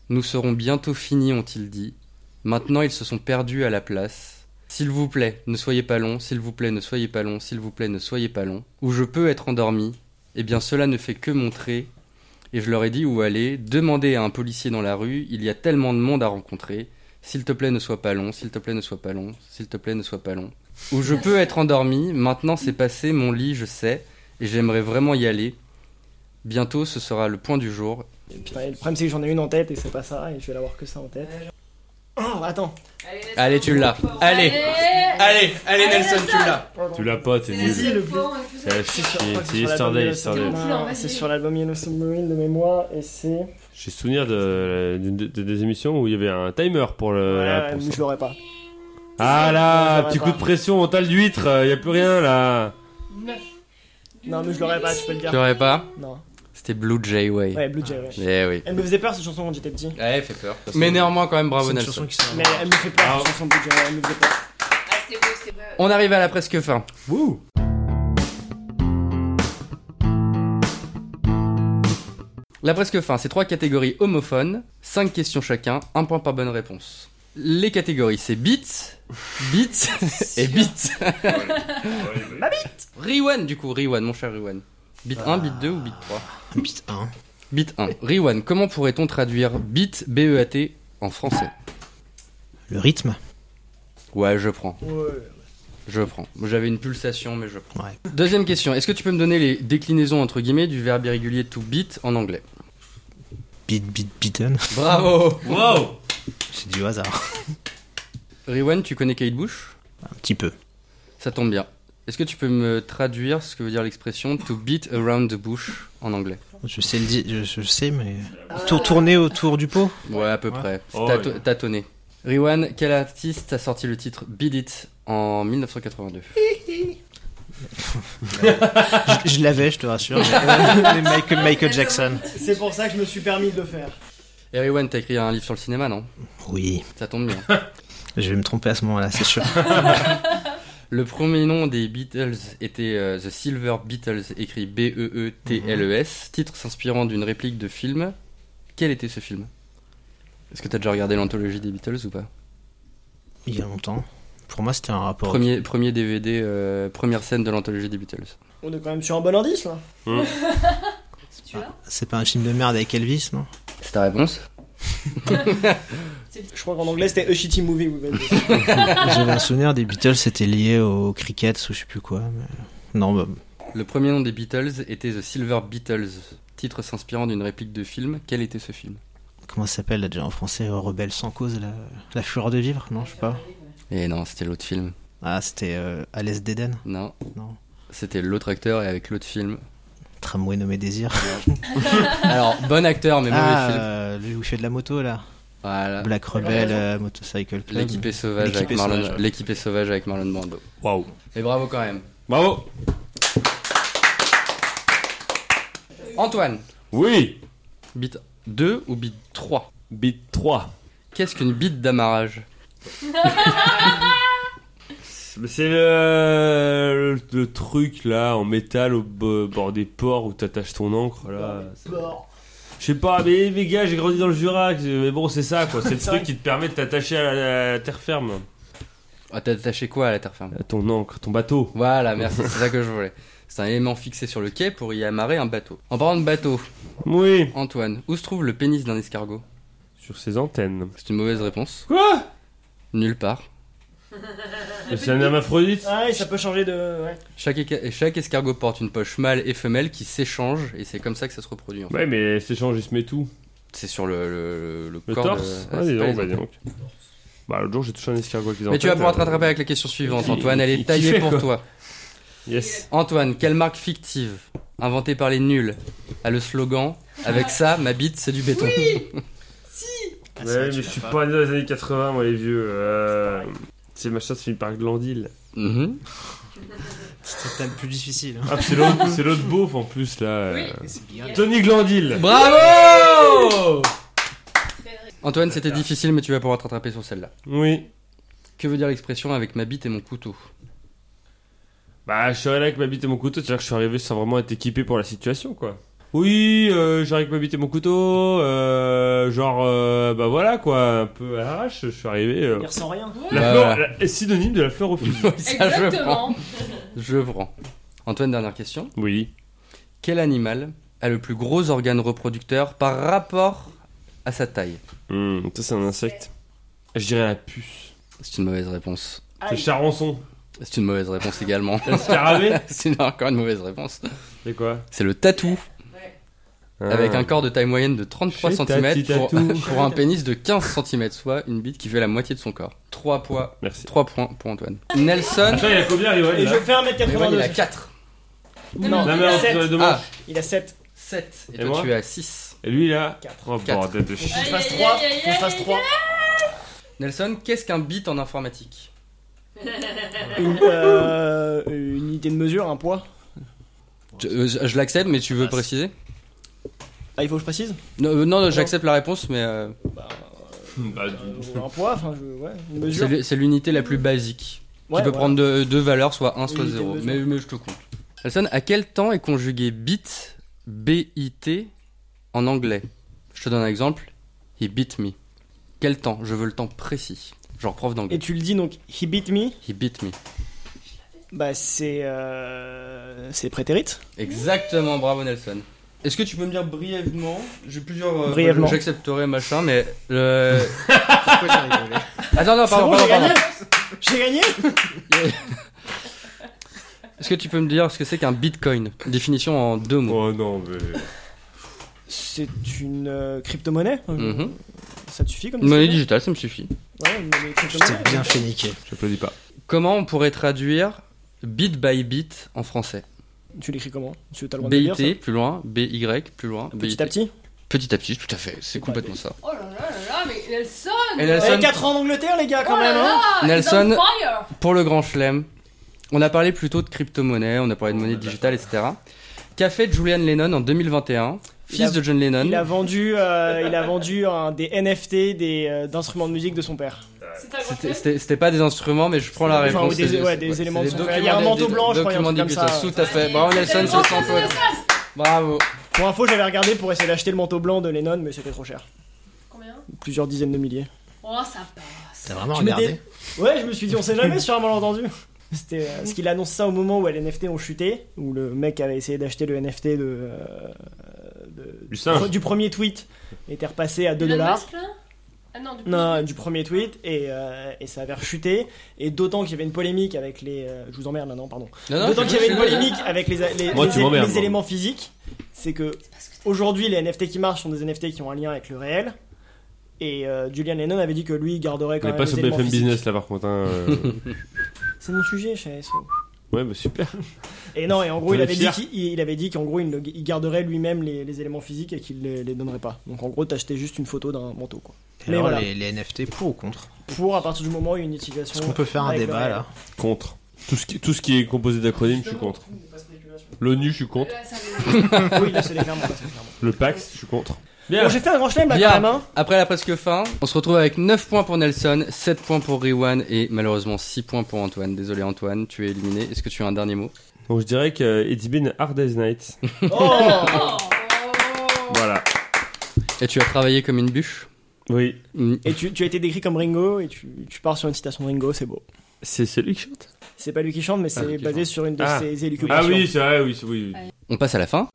[SPEAKER 5] Nous serons bientôt finis, ont-ils dit. Maintenant, ils se sont perdus à la place. S'il vous plaît, ne soyez pas long, s'il vous plaît, ne soyez pas long, s'il vous plaît, ne soyez pas long. Où je peux être endormi, eh bien cela ne fait que montrer. Et je leur ai dit où aller, demandez à un policier dans la rue, il y a tellement de monde à rencontrer. S'il te plaît, ne sois pas long, s'il te plaît, ne sois pas long, s'il te plaît, ne sois pas long. Où je peux être endormi, maintenant c'est passé, mon lit, je sais, et j'aimerais vraiment y aller. Bientôt, ce sera le point du jour.
[SPEAKER 4] Putain, et le problème, c'est que j'en ai une en tête et c'est pas ça, et je vais l'avoir que ça en tête. Oh, attends.
[SPEAKER 5] Allez, tu l'as. Allez, allez, allez, Nelson, tu l'as.
[SPEAKER 1] Tu l'as pas, t'es
[SPEAKER 6] C'est
[SPEAKER 1] nul.
[SPEAKER 4] Vas-y, le bleu.
[SPEAKER 1] C'est à chier,
[SPEAKER 4] C'est sur- je crois que
[SPEAKER 1] c'est
[SPEAKER 4] c'est sur
[SPEAKER 1] Easter
[SPEAKER 4] l'album
[SPEAKER 1] Day,
[SPEAKER 4] Yellow
[SPEAKER 1] Easter Day.
[SPEAKER 4] Submarine.
[SPEAKER 6] Non, vas-y.
[SPEAKER 4] C'est sur l'album Yellow Submarine de mémoire et c'est.
[SPEAKER 1] J'ai souvenir de, d'une- de- des émissions où il y avait un timer pour le.
[SPEAKER 4] Voilà,
[SPEAKER 1] Euh, pour
[SPEAKER 4] mais
[SPEAKER 1] ça.
[SPEAKER 4] je l'aurais pas.
[SPEAKER 1] ah là,
[SPEAKER 4] Ouais,
[SPEAKER 1] petit
[SPEAKER 4] ça
[SPEAKER 1] coup
[SPEAKER 4] va
[SPEAKER 1] de pression mentale d'huître, il y a plus rien là.
[SPEAKER 4] Non, mais je l'aurais pas, tu peux le
[SPEAKER 5] Tu
[SPEAKER 4] dire.
[SPEAKER 5] l'aurais pas
[SPEAKER 4] Non.
[SPEAKER 5] C'était Blue Jay Way.
[SPEAKER 4] Ouais, Blue Jay, ouais.
[SPEAKER 5] Eh oui.
[SPEAKER 4] Elle me faisait peur cette chanson quand j'étais petit.
[SPEAKER 5] Ouais, fait peur. Mais néanmoins, quand même, bravo,
[SPEAKER 3] C'est une
[SPEAKER 5] Nelson.
[SPEAKER 3] chanson qui sort.
[SPEAKER 4] Mais
[SPEAKER 5] euh,
[SPEAKER 4] elle me fait peur
[SPEAKER 1] Ah.
[SPEAKER 4] cette chanson Blue Jay, ouais, elle me faisait peur.
[SPEAKER 6] Ah,
[SPEAKER 5] On arrive à la presque fin.
[SPEAKER 1] Wouh.
[SPEAKER 5] La presque fin, c'est trois catégories homophones, cinq questions chacun, un point par bonne réponse. Les catégories, c'est beats, beats et beats. Rewan, du coup, Rewan, mon cher Rewan. Beat 1, beat 2 ou beat 3
[SPEAKER 3] Beat 1.
[SPEAKER 5] Beat 1. Rewan, comment pourrait-on traduire beat, B-E-A-T, en français
[SPEAKER 3] Le rythme.
[SPEAKER 5] Ouais, je prends,
[SPEAKER 4] Ouais.
[SPEAKER 5] je prends. J'avais une pulsation, mais je prends.
[SPEAKER 3] Ouais.
[SPEAKER 5] Deuxième question, est-ce que tu peux me donner les déclinaisons, entre guillemets, du verbe irrégulier to beat en anglais
[SPEAKER 3] Beat, beat, beaten.
[SPEAKER 5] Bravo
[SPEAKER 1] Wow.
[SPEAKER 3] C'est du hasard.
[SPEAKER 5] Rewan, tu connais Kate Bush
[SPEAKER 3] Un petit peu.
[SPEAKER 5] Ça tombe bien. Est-ce que tu peux me traduire ce que veut dire l'expression to beat around the bush en anglais
[SPEAKER 3] Je sais le dire, je, je sais, mais. Tour, tourner autour du pot
[SPEAKER 5] Ouais, à peu
[SPEAKER 3] Ouais.
[SPEAKER 5] près.
[SPEAKER 1] Oh,
[SPEAKER 5] Tâto-
[SPEAKER 1] ouais.
[SPEAKER 5] Tâtonner. Riwan, quel artiste a sorti le titre Beat It en 1982
[SPEAKER 3] Je, je l'avais, je te rassure. mais euh, Michael, Michael Jackson.
[SPEAKER 4] C'est pour ça que je me suis permis de le faire.
[SPEAKER 5] Et Riwan, t'as écrit un livre sur le cinéma, non
[SPEAKER 3] Oui.
[SPEAKER 5] Ça tombe bien.
[SPEAKER 3] Je vais me tromper à ce moment-là, c'est sûr.
[SPEAKER 5] le premier nom des Beatles était euh, The Silver Beatles, écrit E B-E-E-T-L-E-S, titre s'inspirant d'une réplique de film. Quel était ce film Est-ce que t'as déjà regardé l'anthologie des Beatles ou pas
[SPEAKER 3] Il y a longtemps. Pour moi, c'était un rapport.
[SPEAKER 5] premier, premier DVD, euh, première scène de l'anthologie des Beatles.
[SPEAKER 4] On est quand même sur un bon indice là.
[SPEAKER 3] C'est pas un film de merde avec Elvis, non
[SPEAKER 5] C'est ta réponse
[SPEAKER 4] Je crois qu'en anglais c'était A Shitty Movie. vous avez dit.
[SPEAKER 3] J'avais un souvenir des Beatles, c'était lié au cricket ou je sais plus quoi. mais- Non, bah,
[SPEAKER 5] Le premier nom des Beatles était The Silver Beatles, titre s'inspirant d'une réplique de film. Quel était ce film
[SPEAKER 3] comment ça s'appelle là, déjà en français euh, Rebelle sans cause, la, la fureur de vivre Non, je sais pas.
[SPEAKER 5] Et Eh non, c'était l'autre film.
[SPEAKER 3] Ah, c'était euh, à l'Est d'Éden
[SPEAKER 5] Non.
[SPEAKER 3] Non.
[SPEAKER 5] C'était l'autre acteur et avec l'autre film.
[SPEAKER 3] Tramway nommé Désir.
[SPEAKER 5] Alors, bon acteur, mais mauvais
[SPEAKER 3] ah,
[SPEAKER 5] film. Ah.
[SPEAKER 3] euh, lui où il fait de la moto là.
[SPEAKER 5] Voilà.
[SPEAKER 3] Black Rebel, euh, Motorcycle Club.
[SPEAKER 5] L'équipe est sauvage
[SPEAKER 3] L'équipe
[SPEAKER 5] avec
[SPEAKER 3] est
[SPEAKER 5] Marlon.
[SPEAKER 3] sauvage.
[SPEAKER 5] L'équipe est sauvage avec Marlon Brando.
[SPEAKER 1] Waouh.
[SPEAKER 5] Et bravo quand même.
[SPEAKER 1] Bravo.
[SPEAKER 5] Antoine,
[SPEAKER 1] Oui.
[SPEAKER 5] beat 2 ou beat 3
[SPEAKER 1] Beat 3.
[SPEAKER 5] Qu'est-ce qu'une bite d'amarrage
[SPEAKER 1] C'est euh, le, le truc là en métal au bo- bord des ports où t'attaches ton encre là. Je sais pas, mais les gars, j'ai grandi dans le Jura, mais bon, c'est ça quoi. C'est le truc qui te permet de t'attacher à la, à la terre ferme.
[SPEAKER 5] Ah, T'as attaché quoi à la terre ferme
[SPEAKER 1] À ton encre, ton bateau.
[SPEAKER 5] Voilà, merci, c'est ça que je voulais. C'est un élément fixé sur le quai pour y amarrer un bateau. En parlant de bateau,
[SPEAKER 1] Oui.
[SPEAKER 5] Antoine, où se trouve le pénis d'un escargot
[SPEAKER 1] Sur ses antennes.
[SPEAKER 5] C'est une mauvaise réponse.
[SPEAKER 1] Quoi
[SPEAKER 5] Nulle part.
[SPEAKER 1] Mais C'est un hermaphrodite
[SPEAKER 4] Ah, et ça peut changer de. Ouais.
[SPEAKER 5] Chaque, éca- et chaque escargot porte une poche mâle et femelle qui s'échangent et c'est comme ça que ça se reproduit. en fait.
[SPEAKER 1] Ouais, mais c'est change, il se met tout.
[SPEAKER 5] C'est sur le, le, le
[SPEAKER 1] Le
[SPEAKER 5] corps.
[SPEAKER 1] torse
[SPEAKER 5] de-
[SPEAKER 1] Ah,
[SPEAKER 5] euh, ouais, c'est
[SPEAKER 1] dis
[SPEAKER 5] pas
[SPEAKER 1] donc,
[SPEAKER 5] les
[SPEAKER 1] bah, dis
[SPEAKER 5] enfants.
[SPEAKER 1] donc. Bah, l'autre jour, j'ai touché un escargot avec les
[SPEAKER 5] Mais tu vas
[SPEAKER 1] antennes,
[SPEAKER 5] pouvoir
[SPEAKER 1] euh,
[SPEAKER 5] te rattraper avec la question suivante,
[SPEAKER 1] Il-
[SPEAKER 5] Antoine. Elle
[SPEAKER 1] il-
[SPEAKER 5] est
[SPEAKER 1] il
[SPEAKER 5] taillée
[SPEAKER 1] kiffait,
[SPEAKER 5] pour
[SPEAKER 1] quoi.
[SPEAKER 5] toi.
[SPEAKER 1] Yes.
[SPEAKER 5] Antoine, quelle marque fictive, inventée par les nuls, a le slogan Avec ça, ma bite, c'est du béton
[SPEAKER 4] Ah, c'est
[SPEAKER 1] Ouais,
[SPEAKER 4] vrai,
[SPEAKER 1] mais
[SPEAKER 4] tu
[SPEAKER 1] je
[SPEAKER 4] l'as
[SPEAKER 1] suis pas né dans les années 80, moi, les vieux. Euh... C'est machin, c'est une par Glandil.
[SPEAKER 5] Mhm.
[SPEAKER 3] C'est peut-être plus difficile. hein.
[SPEAKER 1] Ah, puis c'est l'autre c'est l'autre beauf en plus, là.
[SPEAKER 6] Oui.
[SPEAKER 1] euh, Tony Glandil
[SPEAKER 5] Bravo
[SPEAKER 6] Frédéric.
[SPEAKER 5] Antoine, c'était difficile, mais tu vas pouvoir te rattraper sur celle-là.
[SPEAKER 1] Oui.
[SPEAKER 5] Que veut dire l'expression avec ma bite et mon couteau
[SPEAKER 1] Bah, je suis allé avec ma bite et mon couteau, c'est-à-dire que je suis arrivé sans vraiment être équipé pour la situation, quoi. Oui, euh, j'arrive avec ma bite et mon couteau, euh, genre, euh, bah voilà, quoi, un peu à l'arrache, je suis arrivé... euh,
[SPEAKER 4] Dire sans rien.
[SPEAKER 1] la
[SPEAKER 5] Bah,
[SPEAKER 1] fleur,
[SPEAKER 5] voilà.
[SPEAKER 1] la- synonyme de la fleur au fusil.
[SPEAKER 5] Ça, je prends.
[SPEAKER 6] Exactement.
[SPEAKER 5] Je prends. Antoine, dernière question.
[SPEAKER 1] oui.
[SPEAKER 5] Quel animal a le plus gros organe reproducteur par rapport à sa taille
[SPEAKER 1] Hmm, ça, c'est un insecte. Je dirais la puce.
[SPEAKER 5] C'est une mauvaise réponse.
[SPEAKER 4] Ah,
[SPEAKER 1] C'est charançon.
[SPEAKER 5] C'est une mauvaise réponse également.
[SPEAKER 1] La scarabée
[SPEAKER 5] C'est encore une mauvaise réponse.
[SPEAKER 1] C'est quoi Ah,
[SPEAKER 5] C'est le tatou,
[SPEAKER 6] Ouais.
[SPEAKER 5] avec un corps de taille moyenne de 33
[SPEAKER 1] Chez
[SPEAKER 5] cm
[SPEAKER 1] Tati
[SPEAKER 5] pour,
[SPEAKER 1] Tatou.
[SPEAKER 5] pour un pénis de 15 cm, soit une bite qui fait la moitié de son corps. 3 poids.
[SPEAKER 1] Merci.
[SPEAKER 5] 3 points pour Antoine. Nelson,
[SPEAKER 1] Attends, il y a combien, Riwan
[SPEAKER 4] Ah, Et je
[SPEAKER 1] là
[SPEAKER 4] fais
[SPEAKER 5] Ewan, il a
[SPEAKER 4] 1m82.
[SPEAKER 5] 4.
[SPEAKER 6] Non,
[SPEAKER 1] Non, mais entre
[SPEAKER 4] Sept.
[SPEAKER 1] les deux
[SPEAKER 5] Ah,
[SPEAKER 1] manches.
[SPEAKER 4] Il a 7.
[SPEAKER 5] 7. Et,
[SPEAKER 1] Et
[SPEAKER 5] toi,
[SPEAKER 1] moi
[SPEAKER 5] tu as 6.
[SPEAKER 1] Et lui, là
[SPEAKER 4] Quatre.
[SPEAKER 1] Oh,
[SPEAKER 5] Quatre.
[SPEAKER 1] bordel de
[SPEAKER 4] Faut
[SPEAKER 1] chien.
[SPEAKER 4] que je fasse
[SPEAKER 6] Aïe,
[SPEAKER 4] 3.
[SPEAKER 6] aïe, aïe,
[SPEAKER 4] Faut que je fasse
[SPEAKER 6] aïe,
[SPEAKER 4] 3.
[SPEAKER 5] Nelson, qu'est-ce qu'un bit en informatique
[SPEAKER 4] Une, euh, une idée de mesure, un poids.
[SPEAKER 5] Je, euh, je- je l'accepte, mais tu veux préciser
[SPEAKER 4] Ah, il faut que je précise
[SPEAKER 5] Non, euh, non, non, j'accepte la réponse, mais euh,
[SPEAKER 1] Bah, du-
[SPEAKER 4] Euh, Un poids, enfin, je, ouais, une
[SPEAKER 5] c'est
[SPEAKER 4] mesure.
[SPEAKER 5] l'u- c'est l'unité la plus basique.
[SPEAKER 4] Ouais,
[SPEAKER 5] tu peux
[SPEAKER 4] voilà.
[SPEAKER 5] prendre deux, deux valeurs, soit 1, soit
[SPEAKER 4] Unité de
[SPEAKER 5] 0.
[SPEAKER 4] mesure.
[SPEAKER 5] Mais, mais je te compte. Nelson, à quel temps est conjugué bit, B-I-T, en anglais Je te donne un exemple. He beat me. Quel temps Je veux le temps précis. Genre prof
[SPEAKER 4] Et
[SPEAKER 5] d'anglais.
[SPEAKER 4] tu le dis donc, he beat me,
[SPEAKER 5] He beat me.
[SPEAKER 4] bah c'est. Euh, c'est prétérite.
[SPEAKER 5] Exactement, bravo Nelson. Est-ce que tu peux me dire brièvement J'ai plusieurs. euh,
[SPEAKER 4] Brièvement.
[SPEAKER 5] J'accepterai machin, mais. euh,
[SPEAKER 3] Ah,
[SPEAKER 5] Attends, non, Ah, pardon,
[SPEAKER 4] bon,
[SPEAKER 5] pardon,
[SPEAKER 4] j'ai
[SPEAKER 5] pardon.
[SPEAKER 4] gagné J'ai gagné
[SPEAKER 5] Est-ce que tu peux me dire ce que c'est qu'un bitcoin Définition en deux mots.
[SPEAKER 1] Oh non, mais.
[SPEAKER 4] C'est une euh, crypto-monnaie
[SPEAKER 5] Mhm.
[SPEAKER 4] Ça te suffit comme
[SPEAKER 5] Une monnaie
[SPEAKER 4] ça
[SPEAKER 5] digitale, ça me suffit.
[SPEAKER 4] Ouais, une monnaie
[SPEAKER 3] Je
[SPEAKER 4] crypto-monnaie.
[SPEAKER 3] t'ai bien fait niquer.
[SPEAKER 1] J'applaudis pas.
[SPEAKER 5] Comment on pourrait traduire bit by bit en français
[SPEAKER 4] Tu l'écris comment Tu as le droit de le dire,
[SPEAKER 5] BIT, plus loin, BY, plus loin,
[SPEAKER 4] ça Petit
[SPEAKER 5] BIT.
[SPEAKER 4] à petit
[SPEAKER 5] Petit à petit, tout à fait, c'est complètement ça.
[SPEAKER 6] Oh là là là là, mais Nelson
[SPEAKER 5] Et
[SPEAKER 4] Eh,
[SPEAKER 5] Nelson,
[SPEAKER 4] 4 ans en Angleterre, les gars,
[SPEAKER 6] Oh
[SPEAKER 4] quand
[SPEAKER 6] là
[SPEAKER 4] même hein
[SPEAKER 6] là,
[SPEAKER 5] Nelson.
[SPEAKER 6] he's on fire.
[SPEAKER 5] pour le grand chelem, on a parlé plutôt de crypto-monnaie, on a parlé de monnaie digitale, etc. Qu'a fait Julian Lennon en 2021
[SPEAKER 4] Il
[SPEAKER 5] Fils
[SPEAKER 4] a-
[SPEAKER 5] de John Lennon.
[SPEAKER 4] il a vendu, euh, il a vendu un des NFT des, euh, d'instruments de musique de son père.
[SPEAKER 6] C'est un grand
[SPEAKER 5] C'était-
[SPEAKER 6] chef.
[SPEAKER 5] C'était c'était pas des instruments, mais je prends la
[SPEAKER 4] Enfin,
[SPEAKER 5] réponse.
[SPEAKER 4] ou des-
[SPEAKER 5] C'est-
[SPEAKER 4] ouais,
[SPEAKER 5] c'est-
[SPEAKER 4] des
[SPEAKER 5] c'est
[SPEAKER 4] éléments de son-
[SPEAKER 5] documents
[SPEAKER 4] il y a un
[SPEAKER 5] des-
[SPEAKER 4] manteau
[SPEAKER 5] des-
[SPEAKER 4] blanc, je crois, il y a
[SPEAKER 5] documents
[SPEAKER 4] un truc comme
[SPEAKER 5] d'Ipsos,
[SPEAKER 4] ça.
[SPEAKER 5] Tout à fait. Bah, Bravo
[SPEAKER 6] Allez,
[SPEAKER 5] Nelson,
[SPEAKER 6] c'est
[SPEAKER 5] c'est
[SPEAKER 6] le
[SPEAKER 5] sans
[SPEAKER 6] grand chef
[SPEAKER 5] faute.
[SPEAKER 6] de classe.
[SPEAKER 5] Bravo.
[SPEAKER 4] Pour info, j'avais regardé pour essayer d'acheter le manteau blanc de Lennon, mais c'était trop cher.
[SPEAKER 6] Combien
[SPEAKER 4] Plusieurs dizaines de milliers.
[SPEAKER 6] Oh, ça passe.
[SPEAKER 3] T'as
[SPEAKER 1] Ah,
[SPEAKER 3] vraiment
[SPEAKER 4] Tu mets
[SPEAKER 3] regardé
[SPEAKER 4] Ouais, je me suis dit, on sait jamais sur un malentendu. C'était euh, ce qu'il annonce ça au moment où les NFT ont chuté, où le mec avait essayé d'acheter le NFT de, euh, de-
[SPEAKER 1] Du singe.
[SPEAKER 4] du premier tweet était repassé à 2
[SPEAKER 6] Elon
[SPEAKER 4] dollars.
[SPEAKER 6] Musk, là Ah non, du coup.
[SPEAKER 4] Non, du premier tweet et, euh, et ça avait rechuté et d'autant qu'il y avait une polémique avec les euh, je vous emmerde là non pardon
[SPEAKER 5] Non, non,
[SPEAKER 4] d'autant
[SPEAKER 5] je-
[SPEAKER 4] qu'il y avait
[SPEAKER 5] je-
[SPEAKER 4] une polémique avec les les,
[SPEAKER 1] Moi,
[SPEAKER 4] les-
[SPEAKER 1] tu m'emmerdes,
[SPEAKER 4] les
[SPEAKER 1] moi.
[SPEAKER 4] éléments physiques c'est que
[SPEAKER 6] Parce que
[SPEAKER 4] aujourd'hui les NFT qui marchent sont des NFT qui ont un lien avec le réel et euh, Julian Lennon avait dit que lui il garderait quand
[SPEAKER 1] On est
[SPEAKER 4] même
[SPEAKER 1] pas
[SPEAKER 4] les
[SPEAKER 1] sur
[SPEAKER 4] éléments
[SPEAKER 1] BFM
[SPEAKER 4] physiques.
[SPEAKER 1] Business là par contre. hein, euh.
[SPEAKER 4] c'est mon sujet chez SO.
[SPEAKER 1] ouais, bah super.
[SPEAKER 4] Et non, et en gros,
[SPEAKER 1] T'en
[SPEAKER 4] il
[SPEAKER 1] es
[SPEAKER 4] avait, dit
[SPEAKER 1] fier
[SPEAKER 4] qu'il, il avait dit qu'en gros, il, le- il garderait lui-même les, les éléments physiques et qu'il les, les donnerait pas. Donc en gros, t'achetais juste une photo d'un manteau, quoi.
[SPEAKER 3] Et
[SPEAKER 4] Mais
[SPEAKER 3] alors,
[SPEAKER 4] voilà.
[SPEAKER 3] les, les NFT pour ou contre
[SPEAKER 4] Pour à partir du moment où il y a une utilisation.
[SPEAKER 3] Est-ce qu'on peut faire un
[SPEAKER 4] avec le
[SPEAKER 3] débat
[SPEAKER 4] réel.
[SPEAKER 3] là
[SPEAKER 1] Contre. Tout ce qui, tout ce qui est composé d'acronymes, je suis contre. L'ONU, je suis contre.
[SPEAKER 6] là, ça
[SPEAKER 4] Ah, Oui, là, c'est les clairement. là, c'est clairement.
[SPEAKER 1] Le PAX, je suis contre. Bien.
[SPEAKER 4] Bon, j'ai fait un grand chelem là
[SPEAKER 5] Bien.
[SPEAKER 4] quand même, hein.
[SPEAKER 5] Après la presque fin, on se retrouve avec 9 points pour Nelson, 7 points pour Riwan et malheureusement 6 points pour Antoine. Désolé Antoine, tu es éliminé. Est-ce que tu as un dernier mot
[SPEAKER 1] Donc je dirais que euh, It's been a hard day's night.
[SPEAKER 6] me-
[SPEAKER 4] Oh
[SPEAKER 6] Oh.
[SPEAKER 1] voilà.
[SPEAKER 5] Et tu as travaillé comme une bûche
[SPEAKER 1] Oui.
[SPEAKER 5] Mm.
[SPEAKER 4] Et tu, tu as été décrit comme Ringo et tu, tu pars sur une citation de Ringo, c'est beau.
[SPEAKER 1] C'est celui qui chante
[SPEAKER 4] C'est pas lui qui chante, mais
[SPEAKER 5] Ah, lui
[SPEAKER 4] c'est
[SPEAKER 5] qui
[SPEAKER 4] basé
[SPEAKER 5] chante.
[SPEAKER 4] sur une de
[SPEAKER 1] Ah.
[SPEAKER 4] ses élucubrations.
[SPEAKER 1] Ah oui, c'est vrai, oui, c'est- oui. oui.
[SPEAKER 5] On passe à la fin.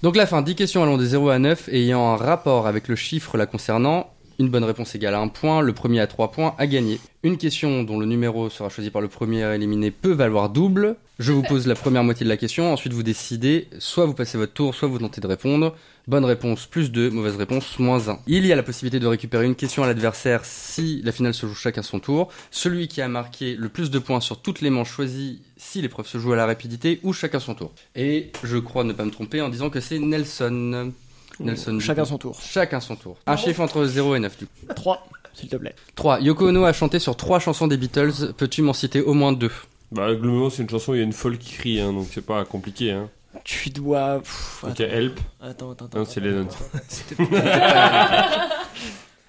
[SPEAKER 5] Donc la fin, 10 questions allant de 0 à 9 ayant un rapport avec le chiffre la concernant. Une bonne réponse égale à 1 point, le premier à 3 points à gagner. Une question dont le numéro sera choisi par le premier à éliminer peut valoir double. Je vous pose la première moitié de la question, ensuite vous décidez, soit vous passez votre tour, soit vous tentez de répondre. Bonne réponse plus 2, mauvaise réponse moins 1. Il y a la possibilité de récupérer une question à l'adversaire si la finale se joue chacun son tour. Celui qui a marqué le plus de points sur toutes les manches choisies si l'épreuve se joue à la rapidité ou chacun son tour. Et je crois ne pas me tromper en disant que c'est Nelson. Nelson.
[SPEAKER 4] Chacun son tour.
[SPEAKER 5] Chacun son tour. Un chiffre entre 0 et 9 du coup.
[SPEAKER 4] 3, s'il te plaît.
[SPEAKER 5] 3. Yoko Ono a chanté sur 3 chansons des Beatles. Peux-tu m'en citer au moins 2
[SPEAKER 1] Bah, globalement, c'est une chanson où il y a une folle qui crie, hein, donc c'est pas compliqué. Hein.
[SPEAKER 4] Tu dois. pff,
[SPEAKER 1] Ok, Help.
[SPEAKER 4] Attends, attends, attends.
[SPEAKER 1] Non, c'est Lennon.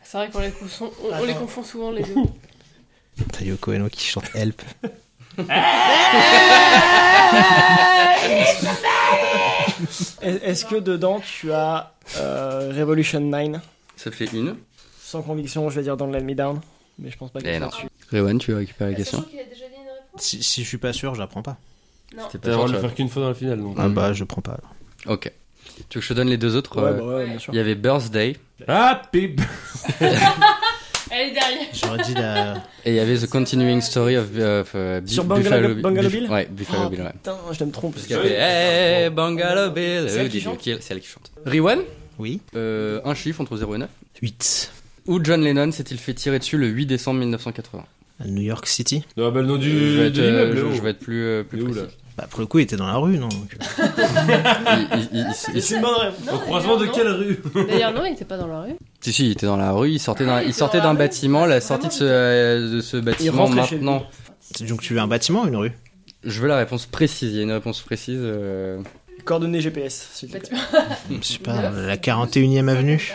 [SPEAKER 6] C'est vrai qu'on les, confond- on- on
[SPEAKER 4] Attends.
[SPEAKER 6] les confond souvent les deux.
[SPEAKER 3] T'as Yoko Ono qui chante Help.
[SPEAKER 4] Est- Est-ce que dedans tu as euh, Revolution 9
[SPEAKER 5] Ça fait une.
[SPEAKER 4] Sans conviction, je vais dire dans le Let Me Down. Mais je pense pas que
[SPEAKER 5] Eh
[SPEAKER 4] ça
[SPEAKER 5] non.
[SPEAKER 4] dessus.
[SPEAKER 5] Rewan, tu veux récupérer la
[SPEAKER 4] Ah,
[SPEAKER 6] Sachant
[SPEAKER 5] question
[SPEAKER 6] qu'il a déjà dit une réponse
[SPEAKER 3] Si, si je suis pas sûr, je la prends pas.
[SPEAKER 6] Non.
[SPEAKER 5] T'es pas
[SPEAKER 1] T'as le droit
[SPEAKER 5] sûr,
[SPEAKER 1] de le
[SPEAKER 5] tu
[SPEAKER 1] faire qu'une fois dans la finale, donc.
[SPEAKER 3] Ah
[SPEAKER 5] Mm.
[SPEAKER 3] bah, je prends pas. alors.
[SPEAKER 5] vois. Ok. Tu veux que je te donne les deux autres
[SPEAKER 4] Ouais,
[SPEAKER 5] euh,
[SPEAKER 4] bah ouais, bien sûr.
[SPEAKER 5] Il y avait Birthday
[SPEAKER 1] Ah, pip
[SPEAKER 6] Elle est derrière.
[SPEAKER 3] J'aurais dit la.
[SPEAKER 5] et il y avait The Continuing Story of, of, euh,
[SPEAKER 4] Sur
[SPEAKER 5] Bu-
[SPEAKER 4] Bungalow-
[SPEAKER 5] Buffalo-
[SPEAKER 4] Bungalow
[SPEAKER 5] Buff-
[SPEAKER 4] Bill
[SPEAKER 5] Ouais, Buffalo
[SPEAKER 4] Oh,
[SPEAKER 5] Bill, ouais.
[SPEAKER 4] Putain, je me trompe.
[SPEAKER 5] Parce qu'il y avait eh, Hey, Bungalow Bill
[SPEAKER 4] C'est elle
[SPEAKER 5] oh,
[SPEAKER 4] qui
[SPEAKER 5] did you
[SPEAKER 4] chante
[SPEAKER 5] kill C'est elle qui chante. Rewan,
[SPEAKER 3] Oui
[SPEAKER 5] euh, un chiffre entre 0 et 9.
[SPEAKER 3] 8.
[SPEAKER 5] Où John Lennon s'est-il fait tirer dessus le 8 décembre 1980
[SPEAKER 3] À New York City
[SPEAKER 1] Non, bah, le nom du.
[SPEAKER 5] je, vais être,
[SPEAKER 1] de
[SPEAKER 5] euh,
[SPEAKER 1] l'immeuble,
[SPEAKER 5] je-
[SPEAKER 1] oh.
[SPEAKER 5] je vais être plus, euh, plus
[SPEAKER 1] Il est où,
[SPEAKER 5] précis.
[SPEAKER 3] Bah, pour le coup, il était dans la rue, non donc,
[SPEAKER 5] Il- il- il- il-
[SPEAKER 4] C'est une bonne réponse.
[SPEAKER 6] Non,
[SPEAKER 1] Au croisement de
[SPEAKER 6] d'ailleurs,
[SPEAKER 1] quelle rue
[SPEAKER 6] non. D'ailleurs, non, il était pas dans la rue.
[SPEAKER 5] Si, si, il était dans la rue, il sortait d'un,
[SPEAKER 6] Ah, il
[SPEAKER 5] il
[SPEAKER 6] était
[SPEAKER 5] sortait
[SPEAKER 6] dans la
[SPEAKER 5] d'un
[SPEAKER 6] rue.
[SPEAKER 5] bâtiment, la sortie de
[SPEAKER 6] Vraiment,
[SPEAKER 5] ce, euh, de ce bâtiment
[SPEAKER 4] rentrait chez lui.
[SPEAKER 5] maintenant.
[SPEAKER 3] euh, Donc, tu veux un bâtiment ou une rue
[SPEAKER 5] Je veux la réponse précise, il y a une réponse précise. euh,
[SPEAKER 4] Coordonnées GPS, s'il te plaît.
[SPEAKER 6] Bâtiment.
[SPEAKER 3] Je sais pas, la 41 e avenue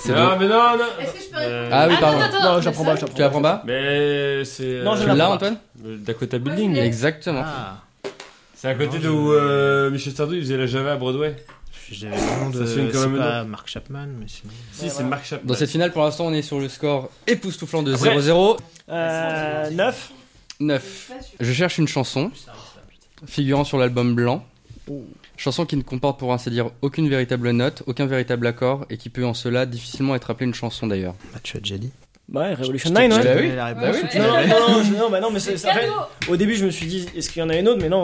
[SPEAKER 5] C'est
[SPEAKER 1] Ah,
[SPEAKER 5] bon.
[SPEAKER 1] mais non, non
[SPEAKER 6] Est-ce que je peux répondre
[SPEAKER 5] Ah oui,
[SPEAKER 6] non,
[SPEAKER 5] pardon.
[SPEAKER 6] attends, attends,
[SPEAKER 4] Non, j'apprends pas,
[SPEAKER 6] ça-
[SPEAKER 5] Tu la prends
[SPEAKER 4] j'apprends
[SPEAKER 5] pas
[SPEAKER 1] Mais c'est.
[SPEAKER 4] Non, je
[SPEAKER 5] Tu
[SPEAKER 1] euh,
[SPEAKER 4] la
[SPEAKER 5] l'as,
[SPEAKER 4] prends.
[SPEAKER 5] Antoine
[SPEAKER 1] le Dakota
[SPEAKER 6] je
[SPEAKER 1] Building
[SPEAKER 6] l'ai.
[SPEAKER 5] Exactement.
[SPEAKER 3] Ah
[SPEAKER 1] C'est à côté
[SPEAKER 3] Non,
[SPEAKER 1] de
[SPEAKER 3] je-
[SPEAKER 1] où euh, Michel Sardou il faisait la Java à Broadway.
[SPEAKER 3] J'avais le nom de.
[SPEAKER 1] Ça sonne quand
[SPEAKER 3] C'est
[SPEAKER 1] même
[SPEAKER 3] pas Mark Chapman, mais c'est.
[SPEAKER 1] Si,
[SPEAKER 4] Ouais,
[SPEAKER 1] c'est
[SPEAKER 4] voilà.
[SPEAKER 1] Mark Chapman.
[SPEAKER 5] Dans cette finale, pour l'instant, on est sur le score époustouflant de
[SPEAKER 1] Après-
[SPEAKER 5] 0-0.
[SPEAKER 4] Euh. 9
[SPEAKER 5] 9. Je cherche une chanson figurant sur l'album blanc.
[SPEAKER 4] Oh.
[SPEAKER 5] Chanson qui ne comporte pour ainsi dire aucune véritable note, aucun véritable accord, et qui peut en cela difficilement être appelée une chanson d'ailleurs.
[SPEAKER 3] Bah, tu as déjà dit.
[SPEAKER 4] Ouais, Revolution
[SPEAKER 3] Je t'ai
[SPEAKER 4] 9,
[SPEAKER 5] Tu
[SPEAKER 3] dit
[SPEAKER 4] ouais.
[SPEAKER 5] l'as
[SPEAKER 3] quelle
[SPEAKER 5] eu
[SPEAKER 3] est la réponse.
[SPEAKER 5] Bah oui.
[SPEAKER 6] Ouais.
[SPEAKER 4] Non, non, non, non, non, bah non, mais c'est.
[SPEAKER 6] C'est
[SPEAKER 4] ça fait-
[SPEAKER 6] cadeau.
[SPEAKER 4] Au début, je me suis dit, est-ce qu'il y en a une autre Mais non.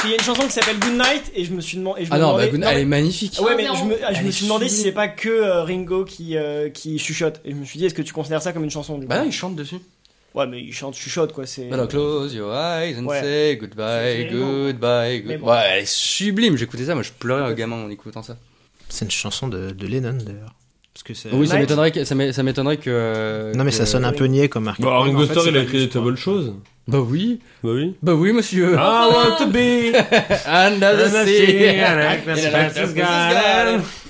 [SPEAKER 4] S'il y a une chanson qui s'appelle Good Night et je me suis demandé. et je me
[SPEAKER 5] Ah non, bah,
[SPEAKER 4] demandais-
[SPEAKER 5] Gun-
[SPEAKER 4] non,
[SPEAKER 5] elle
[SPEAKER 4] mais-
[SPEAKER 5] est magnifique.
[SPEAKER 4] Ouais, mais
[SPEAKER 6] Oh,
[SPEAKER 4] je me, ah, je
[SPEAKER 3] Elle
[SPEAKER 4] me
[SPEAKER 3] est
[SPEAKER 4] suis demandé
[SPEAKER 3] sublime.
[SPEAKER 4] si c'est pas que euh, Ringo qui, euh, qui chuchote. Et je me suis dit, est-ce que tu considères ça comme une chanson du coup
[SPEAKER 5] Bah non, il chante dessus.
[SPEAKER 4] Ouais, mais il chante chuchote quoi. C'est.
[SPEAKER 5] Bah non, close your eyes and
[SPEAKER 4] Ouais.
[SPEAKER 5] say goodbye,
[SPEAKER 4] C'est vraiment-
[SPEAKER 5] goodbye,
[SPEAKER 4] Mais
[SPEAKER 5] goodbye.
[SPEAKER 4] bon.
[SPEAKER 5] Ouais, elle est sublime, j'écoutais ça, moi je pleurais au gamin en écoutant ça.
[SPEAKER 3] C'est une chanson de, de Lennon d'ailleurs. Parce que ça...
[SPEAKER 5] oui, Euh, ça
[SPEAKER 4] Night.
[SPEAKER 5] m'étonnerait que. Ça m'é- ça m'étonnerait que
[SPEAKER 3] Non mais
[SPEAKER 5] que-
[SPEAKER 3] ça sonne un peu niais comme Mark.
[SPEAKER 1] Bah, Ringo
[SPEAKER 3] En fait,
[SPEAKER 1] Starr,
[SPEAKER 3] c'est
[SPEAKER 1] il a
[SPEAKER 3] pas
[SPEAKER 1] écrit
[SPEAKER 3] lui,
[SPEAKER 1] des
[SPEAKER 3] je
[SPEAKER 1] très
[SPEAKER 3] crois.
[SPEAKER 1] bonnes choses.
[SPEAKER 5] Bah oui,
[SPEAKER 1] Bah oui.
[SPEAKER 5] bah oui, monsieur.
[SPEAKER 4] Ah.
[SPEAKER 1] I want to be
[SPEAKER 5] Another sea.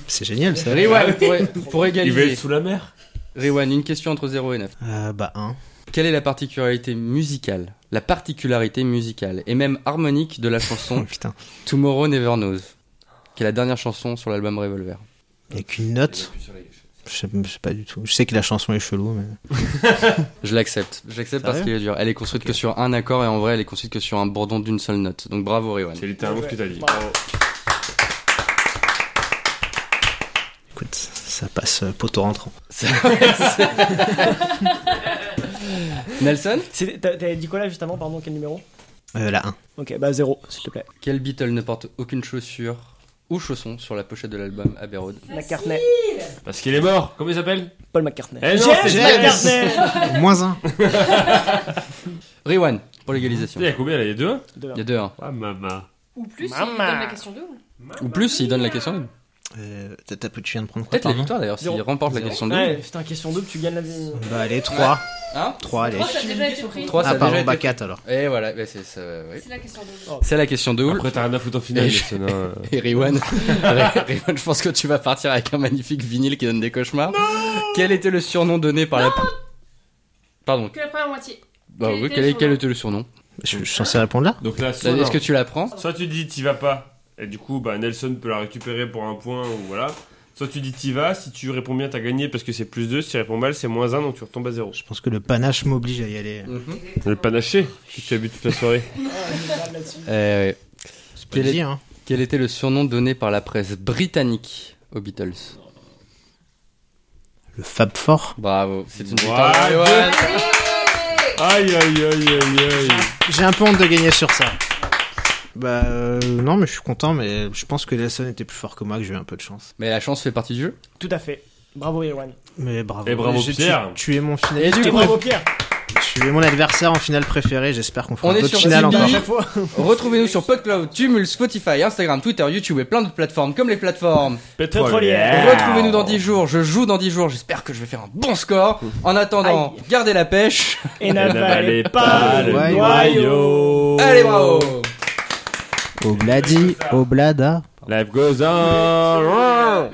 [SPEAKER 3] C'est génial ça.
[SPEAKER 5] Rewan, pour, é- pour
[SPEAKER 1] Il va être
[SPEAKER 5] égaliser.
[SPEAKER 1] sous la mer.
[SPEAKER 5] Rewan, une question entre 0 et 9.
[SPEAKER 3] Euh, bah 1.
[SPEAKER 5] Quelle est la particularité musicale La particularité musicale et même harmonique de la
[SPEAKER 3] Oh
[SPEAKER 5] chanson
[SPEAKER 3] putain.
[SPEAKER 5] Tomorrow Never Knows, qui est la dernière chanson sur l'album Revolver.
[SPEAKER 3] Il y a qu'une note. Je sais, je sais pas du tout. Je sais que la chanson est chelou mais...
[SPEAKER 5] Je l'accepte. Je l'accepte parce
[SPEAKER 3] Sérieux
[SPEAKER 5] qu'elle est dure. Elle est construite
[SPEAKER 3] Ok.
[SPEAKER 5] que sur un accord et en vrai, elle est construite que sur un bourdon d'une seule note. Donc bravo, Rewan.
[SPEAKER 1] C'est littéralement ce que t'as dit.
[SPEAKER 4] Bravo.
[SPEAKER 3] Écoute, ça passe euh, poteau rentrant.
[SPEAKER 5] Nelson
[SPEAKER 4] C'est- t'as- T'avais dit quoi là juste avant, pardon, quel numéro
[SPEAKER 3] Euh, la 1.
[SPEAKER 4] Ok, bah 0, s'il te plaît.
[SPEAKER 5] Quel Beatle ne porte aucune chaussure ou chausson sur la pochette de l'album Abbey Road
[SPEAKER 4] McCartney.
[SPEAKER 1] Parce qu'il est mort. Comment il s'appelle
[SPEAKER 4] Paul McCartney.
[SPEAKER 1] Eh non,
[SPEAKER 4] James
[SPEAKER 1] c'est
[SPEAKER 4] McCartney
[SPEAKER 3] Moins 1.
[SPEAKER 5] Rewan, pour l'égalisation.
[SPEAKER 1] Il y a combien là Il y a deux
[SPEAKER 4] De là.
[SPEAKER 5] Il y a deux, hein.
[SPEAKER 1] Ah, maman.
[SPEAKER 6] Ou plus, il
[SPEAKER 4] Maman.
[SPEAKER 6] donne la question double.
[SPEAKER 5] Ou plus, il donne la question double.
[SPEAKER 3] Euh, t'as- t'as- tu viens de prendre quoi
[SPEAKER 5] Peut-être la
[SPEAKER 3] pardon
[SPEAKER 5] victoire d'ailleurs, s'il
[SPEAKER 3] hein.
[SPEAKER 4] Zéro.
[SPEAKER 5] remporte la question double.
[SPEAKER 4] Ouais, putain, question double, tu gagnes la vie.
[SPEAKER 3] Bah allez, 3.
[SPEAKER 5] Hein
[SPEAKER 3] 3 allez.
[SPEAKER 6] Moi, ça a déjà été pris.
[SPEAKER 5] Trois, ça
[SPEAKER 3] Ah
[SPEAKER 5] a déjà
[SPEAKER 3] pardon,
[SPEAKER 5] été
[SPEAKER 3] bah 4 alors.
[SPEAKER 5] Et voilà, bah, c'est ça, oui.
[SPEAKER 6] C'est la question double.
[SPEAKER 4] Oh.
[SPEAKER 5] C'est la question double.
[SPEAKER 1] Après, t'as rien à foutre en finale.
[SPEAKER 5] Et je-
[SPEAKER 1] Jason, hein.
[SPEAKER 5] Et Rewan, Rewan, je pense que tu vas partir avec un magnifique vinyle qui donne des cauchemars. Quel était le surnom donné par la. pr- Pardon.
[SPEAKER 6] Que la première moitié.
[SPEAKER 5] Bah
[SPEAKER 6] Quel
[SPEAKER 5] oui,
[SPEAKER 6] était
[SPEAKER 5] quel,
[SPEAKER 6] le
[SPEAKER 5] est- quel
[SPEAKER 6] surnom
[SPEAKER 5] était le surnom
[SPEAKER 3] Je, je suis censé répondre là
[SPEAKER 1] Donc là,
[SPEAKER 5] Est-ce que
[SPEAKER 1] soit,
[SPEAKER 5] tu l'apprends
[SPEAKER 1] soit tu dis t'y vas pas. Et du coup, bah, Nelson peut la récupérer pour un point ou voilà. Soit tu dis t'y vas. Si tu réponds bien, t'as gagné parce que c'est plus 2. Si tu réponds mal, c'est moins 1. Donc tu retombes à 0.
[SPEAKER 3] Je pense que le panache m'oblige à y aller.
[SPEAKER 6] Mhm.
[SPEAKER 1] Le panaché que tu as bu toute la soirée.
[SPEAKER 5] Euh, ouais.
[SPEAKER 3] C'est
[SPEAKER 5] Quel est-
[SPEAKER 3] dit, hein.
[SPEAKER 5] Quel était le surnom donné par la presse britannique aux Beatles
[SPEAKER 3] Le Fab Fort.
[SPEAKER 5] Bravo, c'est une
[SPEAKER 1] Voilà.
[SPEAKER 5] victoire. de Johan.
[SPEAKER 1] Aïe, aïe, aïe, aïe, aïe.
[SPEAKER 3] J'ai un peu honte de gagner sur ça. Bah euh, non, mais je suis content, mais je pense que Nelson était plus fort que moi, que j'ai eu un peu de chance.
[SPEAKER 5] Mais la chance fait partie du jeu.
[SPEAKER 4] Tout à fait. Bravo Erwan.
[SPEAKER 3] Mais bravo.
[SPEAKER 1] Et bravo,
[SPEAKER 3] J'ai
[SPEAKER 1] Pierre.
[SPEAKER 3] Tu, tu es mon
[SPEAKER 5] Et
[SPEAKER 3] finaliste.
[SPEAKER 5] du
[SPEAKER 4] Et
[SPEAKER 5] coup,
[SPEAKER 4] bravo Pierre.
[SPEAKER 3] Tu es mon adversaire en finale préférée. J'espère qu'on
[SPEAKER 5] On
[SPEAKER 3] fera
[SPEAKER 5] est
[SPEAKER 3] d'autres
[SPEAKER 5] sur
[SPEAKER 3] finales
[SPEAKER 5] Zimbabwe.
[SPEAKER 3] encore.
[SPEAKER 4] À chaque fois.
[SPEAKER 5] retrouvez-nous sur PodCloud, Tumul, Spotify, Instagram, Twitter, YouTube et plein d'autres plateformes comme les plateformes.
[SPEAKER 6] Ah.
[SPEAKER 4] Pétrolière.
[SPEAKER 5] Retrouvez-nous dans 10 jours. Je joue dans 10 jours. J'espère que je vais faire un bon score. En attendant, gardez la pêche.
[SPEAKER 4] Et
[SPEAKER 1] n'avalez
[SPEAKER 4] n'avalez
[SPEAKER 1] pas
[SPEAKER 4] pas
[SPEAKER 3] le
[SPEAKER 4] le
[SPEAKER 1] noyau.
[SPEAKER 4] noyau.
[SPEAKER 5] Allez, bravo.
[SPEAKER 3] Obladi, Oblada.
[SPEAKER 1] Life goes on.